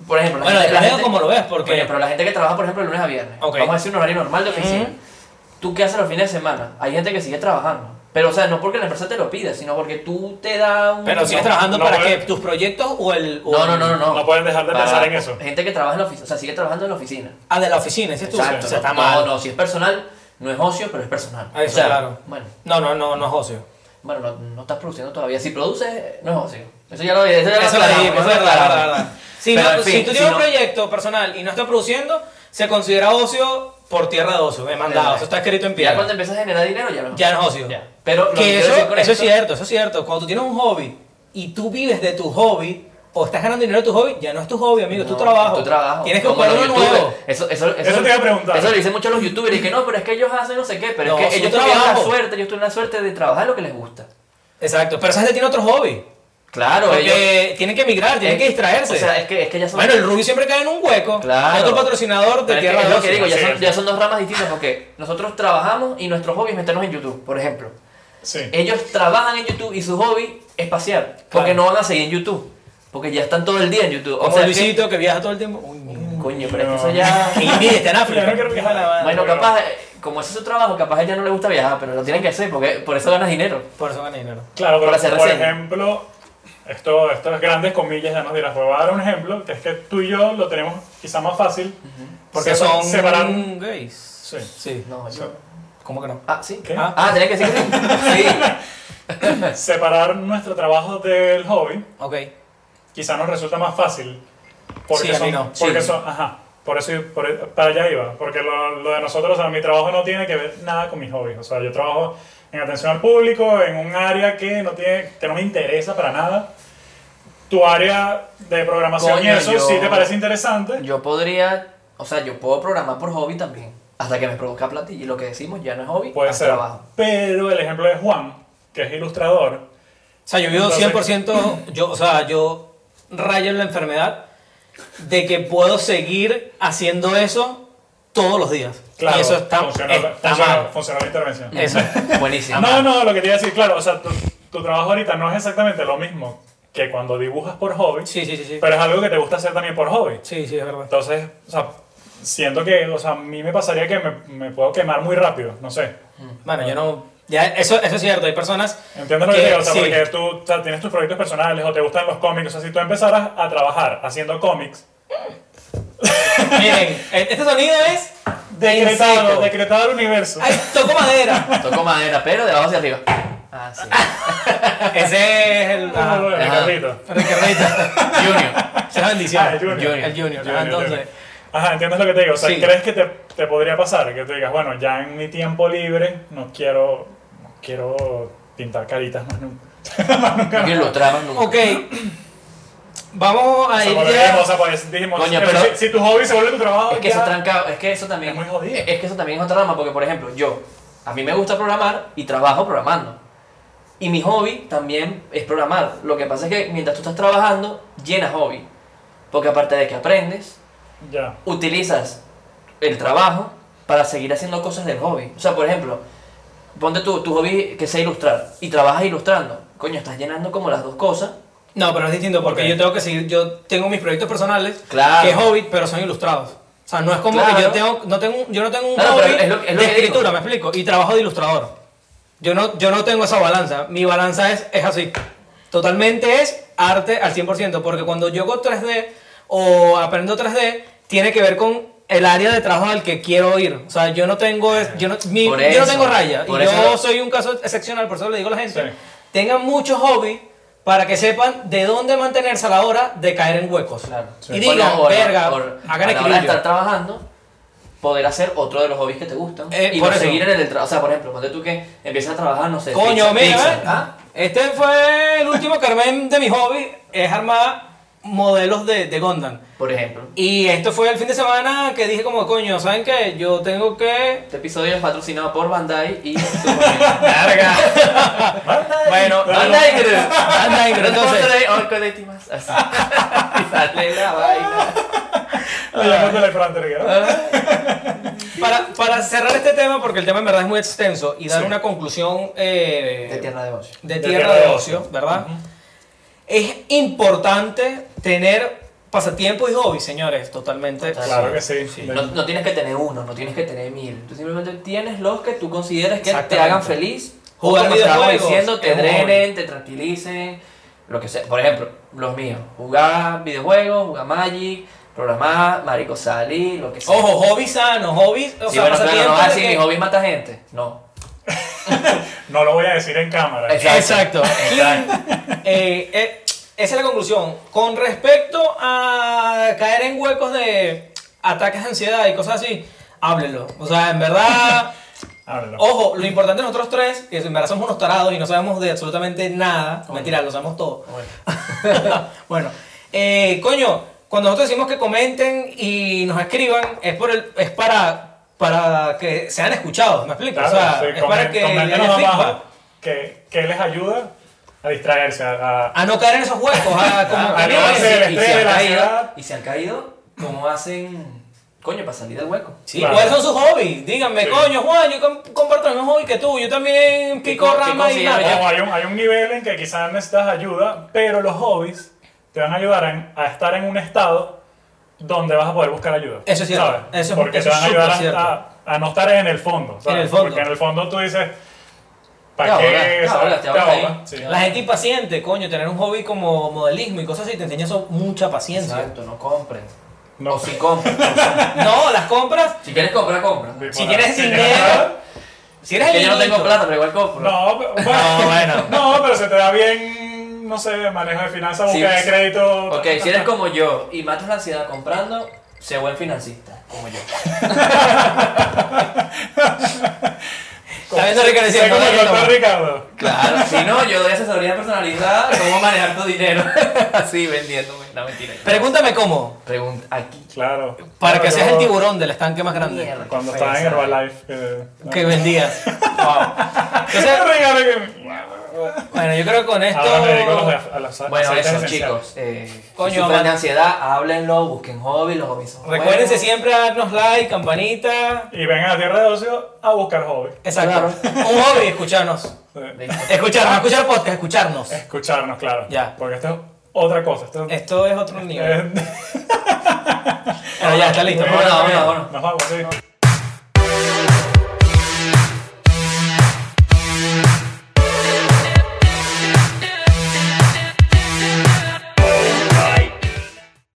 [SPEAKER 1] por ejemplo, la
[SPEAKER 2] Bueno,
[SPEAKER 1] gente- la
[SPEAKER 2] depende de
[SPEAKER 1] gente-
[SPEAKER 2] cómo lo veas, porque...
[SPEAKER 1] Coño, pero la gente que trabaja, por ejemplo, el lunes a viernes,
[SPEAKER 2] Ok.
[SPEAKER 1] vamos a decir un horario normal de oficina,
[SPEAKER 2] Ujú.
[SPEAKER 1] ¿tú qué haces los fines de semana? Hay gente que sigue trabajando. Pero, o sea, no porque la empresa te lo pida, sino porque tú te da un...
[SPEAKER 2] Pero si
[SPEAKER 1] no,
[SPEAKER 2] estás trabajando
[SPEAKER 3] no,
[SPEAKER 2] para
[SPEAKER 3] no,
[SPEAKER 2] qué?
[SPEAKER 3] no.
[SPEAKER 2] ¿Tus proyectos o el.? o
[SPEAKER 1] No, no,
[SPEAKER 2] el-
[SPEAKER 1] no, no.
[SPEAKER 3] No pueden dejar de
[SPEAKER 1] Para
[SPEAKER 3] pensar en eso.
[SPEAKER 1] Gente que trabaja en la oficina, o sea, sigue trabajando en la oficina.
[SPEAKER 2] Ah, de la oficina, ese es tu.
[SPEAKER 1] Exacto.
[SPEAKER 2] O sea, está
[SPEAKER 1] no,
[SPEAKER 2] mal.
[SPEAKER 1] no, si es personal, no es ocio, pero es personal.
[SPEAKER 2] Ah, eso,
[SPEAKER 1] o sea,
[SPEAKER 2] claro.
[SPEAKER 1] Bueno,
[SPEAKER 2] No, no, no, no es ocio.
[SPEAKER 1] bueno no, no estás produciendo todavía. Si produces, no es ocio. Eso ya lo eso ya lo
[SPEAKER 2] Eso lo
[SPEAKER 1] aclaramos,
[SPEAKER 2] dijimos,
[SPEAKER 1] eso
[SPEAKER 2] es
[SPEAKER 1] lo
[SPEAKER 2] verdad,
[SPEAKER 1] aclaramos.
[SPEAKER 2] verdad, verdad. Si,
[SPEAKER 1] Pero,
[SPEAKER 2] no-
[SPEAKER 1] en
[SPEAKER 2] si
[SPEAKER 1] fin,
[SPEAKER 2] tú
[SPEAKER 1] si
[SPEAKER 2] tienes
[SPEAKER 1] no-
[SPEAKER 2] un proyecto personal y no estás produciendo, se considera ocio por tierra de ocio, demandado. Eso está escrito en
[SPEAKER 1] Ya cuando
[SPEAKER 2] piedra.
[SPEAKER 1] empiezas a generar dinero, ya no.
[SPEAKER 2] Ya no es ocio.
[SPEAKER 1] Ya. Pero lo que
[SPEAKER 2] que
[SPEAKER 1] quiero
[SPEAKER 2] eso,
[SPEAKER 1] decir con
[SPEAKER 2] eso es
[SPEAKER 1] esto-
[SPEAKER 2] cierto, eso es cierto. Cuando tú tienes un hobby y tú vives de tu hobby o estás ganando dinero de tu hobby, ya no es tu hobby, amigo, es tu
[SPEAKER 1] No,
[SPEAKER 2] trabajo.
[SPEAKER 1] Tu trabajo.
[SPEAKER 2] Tienes que
[SPEAKER 1] Como
[SPEAKER 2] buscar
[SPEAKER 1] los
[SPEAKER 2] uno
[SPEAKER 1] youtubers.
[SPEAKER 2] nuevo.
[SPEAKER 1] Eso, eso,
[SPEAKER 3] Eso te iba a preguntar.
[SPEAKER 1] Eso lo dicen mucho los youtubers. Y que no, pero es que ellos hacen no sé qué. Pero
[SPEAKER 2] No,
[SPEAKER 1] es que
[SPEAKER 2] su
[SPEAKER 1] ellos tuvieron la
[SPEAKER 2] trabajo.
[SPEAKER 1] suerte, ellos tuvieron la suerte de trabajar lo que les gusta.
[SPEAKER 2] Exacto, pero esa gente tiene otro hobby.
[SPEAKER 1] Claro, ellos. Eh,
[SPEAKER 2] Porque tienen que emigrar, tienen que distraerse.
[SPEAKER 1] O sea, es que, es que ya son.
[SPEAKER 2] Bueno, el Ruby siempre cae en un hueco.
[SPEAKER 1] Claro.
[SPEAKER 2] Otro patrocinador de
[SPEAKER 1] Pero es que
[SPEAKER 2] Tierra
[SPEAKER 1] es
[SPEAKER 2] de
[SPEAKER 1] lo que digo, ya
[SPEAKER 3] sí,
[SPEAKER 1] son,
[SPEAKER 3] sí.
[SPEAKER 1] ya son dos ramas distintas porque nosotros trabajamos y nuestro hobby es meternos en YouTube, por ejemplo.
[SPEAKER 3] Sí.
[SPEAKER 1] Ellos trabajan en YouTube y su hobby es pasear, porque
[SPEAKER 2] Claro.
[SPEAKER 1] no van a seguir en YouTube, porque ya están todo el día en YouTube. O
[SPEAKER 2] Como
[SPEAKER 1] sea, es que-
[SPEAKER 2] Luisito que... viaja todo el tiempo. Uy,
[SPEAKER 1] coño, pero es que
[SPEAKER 3] No.
[SPEAKER 1] eso ya...
[SPEAKER 2] que envidia, está en África.
[SPEAKER 3] Yo no quiero viajar.
[SPEAKER 1] Bueno,
[SPEAKER 3] Bueno.
[SPEAKER 1] capaz, eh, como ese es su trabajo, capaz a ella no le gusta viajar, pero lo tienen que hacer, porque por eso ganas dinero.
[SPEAKER 2] Por eso gana dinero.
[SPEAKER 3] Claro,
[SPEAKER 1] Para
[SPEAKER 3] pero
[SPEAKER 1] hacer
[SPEAKER 3] por
[SPEAKER 1] reseña.
[SPEAKER 3] ejemplo, esto, estas grandes comillas ya nos dirás, pero voy a dar un ejemplo, que es que tú y yo lo tenemos quizá más fácil,
[SPEAKER 2] Porque
[SPEAKER 3] sepa-
[SPEAKER 2] son
[SPEAKER 3] separar.
[SPEAKER 2] gays.
[SPEAKER 3] Sí.
[SPEAKER 2] Sí.
[SPEAKER 1] No, yo...
[SPEAKER 2] ¿Cómo que no?
[SPEAKER 1] Ah, ¿sí?
[SPEAKER 3] ¿Qué?
[SPEAKER 1] Ah, tenía que decir que sí. Sí.
[SPEAKER 3] Separar nuestro trabajo del hobby.
[SPEAKER 2] Ok.
[SPEAKER 3] quizá nos resulta más fácil. Porque
[SPEAKER 2] Sí, a
[SPEAKER 3] son,
[SPEAKER 2] mí no.
[SPEAKER 3] Porque
[SPEAKER 2] Sí.
[SPEAKER 3] son, ajá, por eso, por- para allá iba. Porque lo, lo de nosotros, o sea, mi trabajo no tiene que ver nada con mis hobbies. O sea, yo trabajo en atención al público, en un área que no, tiene, que no me interesa para nada. tu área de programación y
[SPEAKER 1] Coño,
[SPEAKER 3] eso
[SPEAKER 1] yo-
[SPEAKER 3] sí te parece interesante.
[SPEAKER 1] Yo podría, o sea, yo puedo programar por hobby también, hasta que me produzca plata y lo que decimos ya no es hobby,
[SPEAKER 3] Puede
[SPEAKER 1] es
[SPEAKER 3] ser.
[SPEAKER 1] trabajo.
[SPEAKER 3] Pero el ejemplo de Juan, que es ilustrador.
[SPEAKER 2] O sea, yo vivo
[SPEAKER 3] Entonces-
[SPEAKER 2] 100%, yo, o sea, yo rayo en la enfermedad de que puedo seguir haciendo eso todos los días.
[SPEAKER 3] Claro,
[SPEAKER 2] y eso está,
[SPEAKER 3] funcionó,
[SPEAKER 2] está
[SPEAKER 3] funcionó-
[SPEAKER 2] mal.
[SPEAKER 3] funcionó la intervención.
[SPEAKER 2] Eso.
[SPEAKER 1] Buenísimo.
[SPEAKER 3] No, no, lo que te iba a decir, claro, o sea, tu, tu trabajo ahorita no es exactamente lo mismo que cuando dibujas por hobby,
[SPEAKER 2] Sí, sí, sí, sí.
[SPEAKER 3] pero es algo que te gusta hacer también por hobby.
[SPEAKER 2] Sí, sí, es verdad.
[SPEAKER 3] Entonces, o sea, siento que, o sea, a mí me pasaría que me, me puedo quemar muy rápido, no sé.
[SPEAKER 2] Bueno, yo no. Ya, eso, eso es cierto, hay personas.
[SPEAKER 3] ¿Entiendes lo que te digo? O sea,
[SPEAKER 2] sí.
[SPEAKER 3] porque tú o sea, tienes tus proyectos personales o te gustan los cómics, o sea, si tú empezaras a trabajar haciendo cómics,
[SPEAKER 2] Miren, e- este sonido es.
[SPEAKER 3] decretado,
[SPEAKER 2] insecto.
[SPEAKER 3] decretado el universo.
[SPEAKER 2] ¡Ay, toco madera!
[SPEAKER 1] Toco madera, pero de abajo hacia arriba. Ah, sí.
[SPEAKER 2] Ese es el.
[SPEAKER 3] Ah,
[SPEAKER 2] ah,
[SPEAKER 3] bueno,
[SPEAKER 1] ajá.
[SPEAKER 3] Carlito.
[SPEAKER 2] Ricardo.
[SPEAKER 1] Junior.
[SPEAKER 2] Será bendición.
[SPEAKER 3] Ah, el Junior.
[SPEAKER 2] El Junior.
[SPEAKER 3] Junior,
[SPEAKER 2] ah, entonces.
[SPEAKER 3] Junior. Ajá, ¿entiendes lo que te digo? O sea,
[SPEAKER 2] Sí.
[SPEAKER 3] ¿crees que te, te podría pasar? Que tú digas, bueno, ya en mi tiempo libre no quiero, no quiero pintar caritas más nunca. más nunca.
[SPEAKER 1] No quiero ilustrar más nunca.
[SPEAKER 2] Ok. Vamos
[SPEAKER 3] O
[SPEAKER 2] a
[SPEAKER 3] sea,
[SPEAKER 2] ir
[SPEAKER 3] porque
[SPEAKER 2] ya.
[SPEAKER 3] dijimos, o sea, pues, dijimos,
[SPEAKER 1] Coño,
[SPEAKER 3] eh,
[SPEAKER 1] pero-
[SPEAKER 3] si, si tu hobby se vuelve tu trabajo,
[SPEAKER 1] Es que
[SPEAKER 3] Oh, ya-
[SPEAKER 1] eso es trancado, es que eso también
[SPEAKER 3] Es muy jodido.
[SPEAKER 1] Es que eso también es otra rama, porque por ejemplo, yo, a mí me gusta programar y trabajo programando. Y mi hobby también es programar. Lo que pasa es que mientras tú estás trabajando, llenas hobby. Porque aparte de que aprendes,
[SPEAKER 3] ya.
[SPEAKER 1] utilizas el trabajo para seguir haciendo cosas del hobby. O sea, por ejemplo, ponte tu, tu hobby que sea ilustrar y trabajas ilustrando. Coño, estás llenando como las dos cosas.
[SPEAKER 2] No, pero es distinto porque
[SPEAKER 3] Ok.
[SPEAKER 2] yo tengo que seguir, yo tengo mis proyectos personales,
[SPEAKER 1] Claro.
[SPEAKER 2] que es hobby, pero son ilustrados. O sea, no es como
[SPEAKER 1] Claro.
[SPEAKER 2] que yo tengo, no tengo, yo no tengo un
[SPEAKER 1] Claro,
[SPEAKER 2] hobby
[SPEAKER 1] pero es lo- es lo
[SPEAKER 2] de
[SPEAKER 1] que digo.
[SPEAKER 2] escritura, me explico, y trabajo de ilustrador. Yo no, yo no tengo esa balanza, mi balanza es, es así. Totalmente es arte al 100%, porque cuando yo hago 3D o aprendo 3D, tiene que ver con el área de trabajo al que quiero ir. O sea, yo no tengo, es- yo no, mi-
[SPEAKER 1] Por
[SPEAKER 2] yo no
[SPEAKER 1] eso,
[SPEAKER 2] tengo raya. Y
[SPEAKER 1] por
[SPEAKER 2] yo
[SPEAKER 1] eso-
[SPEAKER 2] soy un caso excepcional, por eso le digo a la gente,
[SPEAKER 3] Sí.
[SPEAKER 2] tengan muchos hobbies para que sepan de dónde mantenerse a la hora de caer en huecos.
[SPEAKER 1] Claro.
[SPEAKER 3] Sí.
[SPEAKER 2] Y
[SPEAKER 1] O
[SPEAKER 2] digan,
[SPEAKER 1] no, o no,
[SPEAKER 2] verga,
[SPEAKER 1] o
[SPEAKER 2] hagan
[SPEAKER 1] a la hora de estar
[SPEAKER 2] equilibrio.
[SPEAKER 1] trabajando, poder hacer otro de los hobbies que te gustan.
[SPEAKER 2] Eh,
[SPEAKER 1] y
[SPEAKER 2] por
[SPEAKER 1] no
[SPEAKER 2] eso.
[SPEAKER 1] seguir en el trabajo. O sea, por ejemplo, cuando tú que empiezas a trabajar, no sé.
[SPEAKER 2] Coño,
[SPEAKER 1] pizza,
[SPEAKER 2] mira,
[SPEAKER 1] pizza,
[SPEAKER 2] eh,
[SPEAKER 1] ¿ah?
[SPEAKER 2] este fue el último Carmen de mi hobby, es armar modelos de, de Gondam.
[SPEAKER 1] Por ejemplo.
[SPEAKER 2] Y esto fue el fin de semana que dije como, coño, ¿saben qué? Yo tengo que...
[SPEAKER 1] Este episodio es patrocinado por Bandai y.
[SPEAKER 2] Verga. bueno,
[SPEAKER 1] Bandai Group.
[SPEAKER 2] Bandai Group, entonces.
[SPEAKER 1] Entonces, hoy con este más. Así. Y sale la vaina.
[SPEAKER 3] Le
[SPEAKER 2] Ah.
[SPEAKER 3] llamas de la infrante, ¿no?
[SPEAKER 2] para, para cerrar este tema, porque el tema en verdad es muy extenso, y dar
[SPEAKER 3] Sí.
[SPEAKER 2] una conclusión... eh,
[SPEAKER 1] De tierra de ocio.
[SPEAKER 2] de tierra de ocio, ¿verdad? Es importante tener pasatiempos y hobbies, señores, totalmente.
[SPEAKER 1] Total.
[SPEAKER 3] Claro que sí.
[SPEAKER 2] Sí.
[SPEAKER 3] De-
[SPEAKER 1] Eh, No, no tienes que tener uno, no tienes que tener mil. Tú simplemente tienes los que tú consideras que te
[SPEAKER 2] Exactamente.
[SPEAKER 1] hagan feliz.
[SPEAKER 2] Jugar
[SPEAKER 1] o como estábamos
[SPEAKER 2] videojuegos
[SPEAKER 1] diciendo, te
[SPEAKER 2] es un
[SPEAKER 1] drenen, te tranquilicen, lo que sea. Por ejemplo, los míos. Jugar videojuegos, jugar Magic, programar, marico, salir, lo que sea.
[SPEAKER 2] Ojo, hobbies sanos, hobbies, o
[SPEAKER 1] Sí,
[SPEAKER 2] sea,
[SPEAKER 1] bueno, claro, no
[SPEAKER 2] pasatiempos.
[SPEAKER 1] vas a
[SPEAKER 2] de
[SPEAKER 1] decir,
[SPEAKER 2] que-
[SPEAKER 1] mi hobby mata gente. No.
[SPEAKER 3] No lo voy a decir en cámara.
[SPEAKER 1] Exacto.
[SPEAKER 2] Exacto. Eh, eh, esa es la conclusión. Con respecto a caer en huecos de ataques de ansiedad y cosas así, háblenlo. O sea, en verdad.
[SPEAKER 3] Ábrelo.
[SPEAKER 2] Ojo, lo importante de nosotros tres, que en verdad somos unos tarados y no sabemos de absolutamente nada. Mentira, lo sabemos todo.
[SPEAKER 1] Bueno.
[SPEAKER 2] bueno, eh, coño, cuando nosotros decimos que comenten y nos escriban, es por el, es para, para que sean escuchados, ¿me explico?
[SPEAKER 3] Claro,
[SPEAKER 2] o sea,
[SPEAKER 3] sí,
[SPEAKER 2] es
[SPEAKER 3] comen-
[SPEAKER 2] para que le
[SPEAKER 3] coméntenos
[SPEAKER 2] haya
[SPEAKER 3] abajo
[SPEAKER 2] feedback.
[SPEAKER 3] que, que les ayuda a distraerse, a, a-
[SPEAKER 2] A no caer en esos huecos, a como
[SPEAKER 3] Ah,
[SPEAKER 2] que
[SPEAKER 3] a no
[SPEAKER 1] Coño,
[SPEAKER 2] mira,
[SPEAKER 1] y
[SPEAKER 3] hacer
[SPEAKER 2] ese-
[SPEAKER 3] el
[SPEAKER 1] si- y si
[SPEAKER 3] estrés de
[SPEAKER 1] han
[SPEAKER 3] la
[SPEAKER 1] caído-
[SPEAKER 3] ciudad.
[SPEAKER 1] Y si han caído, ¿cómo hacen? Coño, para salir del hueco.
[SPEAKER 2] Sí,
[SPEAKER 3] Claro.
[SPEAKER 2] ¿cuáles son sus hobbies? Díganme,
[SPEAKER 3] Sí.
[SPEAKER 2] coño, Juan, yo com- comparto el mismo hobby que tú, yo también pico
[SPEAKER 1] co- qué
[SPEAKER 2] rama y
[SPEAKER 1] consigues?
[SPEAKER 2] nada.
[SPEAKER 3] Ojo, hay, un, hay un nivel en que quizás necesitas ayuda, pero los hobbies te van a ayudar en- a estar en un estado donde vas a poder buscar ayuda.
[SPEAKER 2] Eso es cierto.
[SPEAKER 3] ¿sabes?
[SPEAKER 2] Eso es-
[SPEAKER 3] Porque
[SPEAKER 2] eso
[SPEAKER 3] te
[SPEAKER 2] es
[SPEAKER 3] van a ayudar
[SPEAKER 2] súper
[SPEAKER 3] a, a no estar en el fondo. ¿sabes?
[SPEAKER 2] En el fondo.
[SPEAKER 3] Porque en el fondo tú dices,
[SPEAKER 1] Te
[SPEAKER 3] ¿para qué?
[SPEAKER 1] ahogas, te
[SPEAKER 3] ¿sabes?
[SPEAKER 1] ahogas, te ahogas ahí.
[SPEAKER 3] ahogas, sí.
[SPEAKER 1] Te
[SPEAKER 2] La gente impaciente, coño, tener un hobby como modelismo y cosas así te enseña eso mucha paciencia.
[SPEAKER 1] Exacto, no compren.
[SPEAKER 3] No.
[SPEAKER 1] O si compren.
[SPEAKER 2] No, las compras,
[SPEAKER 1] si quieres comprar, compra.
[SPEAKER 2] si tienes
[SPEAKER 3] Si
[SPEAKER 2] dinero,
[SPEAKER 3] nada,
[SPEAKER 2] si eres
[SPEAKER 1] que
[SPEAKER 2] el
[SPEAKER 1] yo no tengo
[SPEAKER 2] niñito,
[SPEAKER 1] plata, pero igual compro.
[SPEAKER 3] No, pero-
[SPEAKER 2] No, bueno.
[SPEAKER 3] no, pero se te da bien, no sé, manejo de finanzas,
[SPEAKER 1] Sí,
[SPEAKER 3] búsqueda de
[SPEAKER 1] sí.
[SPEAKER 3] crédito.
[SPEAKER 1] Ok, si eres como yo y matas la ansiedad comprando, sé buen financista, como yo.
[SPEAKER 2] Está viendo Ricardo
[SPEAKER 3] Sé
[SPEAKER 2] diciendo,
[SPEAKER 3] como el
[SPEAKER 2] "Oye, no".
[SPEAKER 3] doctor Ricardo.
[SPEAKER 1] Claro, si no, yo doy asesoría personalizada, cómo manejar tu dinero. Así, vendiéndome. No, mentira.
[SPEAKER 2] Pregúntame cómo.
[SPEAKER 1] Pregunta aquí.
[SPEAKER 3] Claro.
[SPEAKER 2] Para
[SPEAKER 3] Claro,
[SPEAKER 2] que seas
[SPEAKER 3] yo-
[SPEAKER 2] el tiburón del estanque más grande
[SPEAKER 1] Mierda,
[SPEAKER 3] Cuando
[SPEAKER 1] qué
[SPEAKER 3] estaba en
[SPEAKER 1] fresa.
[SPEAKER 3] Herbalife. Que,
[SPEAKER 2] que vendías. Entonces,
[SPEAKER 3] Ese regalo que-
[SPEAKER 2] bueno, yo creo que con esto.
[SPEAKER 3] Ahora me dedico a los, a los
[SPEAKER 1] Bueno,
[SPEAKER 3] aceites
[SPEAKER 1] eso,
[SPEAKER 3] esenciales.
[SPEAKER 1] chicos. Eh,
[SPEAKER 2] Coño,
[SPEAKER 1] si sufren
[SPEAKER 2] mano.
[SPEAKER 1] de ansiedad, háblenlo, busquen hobby, los hobbies son
[SPEAKER 2] Recuérdense
[SPEAKER 1] buenos.
[SPEAKER 2] siempre darnos like, campanita.
[SPEAKER 3] Y vengan a Tierra de Ocio a buscar hobby.
[SPEAKER 2] Exacto. Un hobby, escucharnos.
[SPEAKER 3] Sí.
[SPEAKER 1] Listo.
[SPEAKER 2] Escucharnos, escuchar podcast, escucharnos.
[SPEAKER 3] Escucharnos, claro.
[SPEAKER 2] Ya.
[SPEAKER 3] Porque esto es otra cosa. Esto es-
[SPEAKER 2] Esto es otro nivel.
[SPEAKER 3] es-
[SPEAKER 2] Pero ya está listo.
[SPEAKER 1] Vámonos, vámonos, vámonos.
[SPEAKER 3] Nos vamos, sí.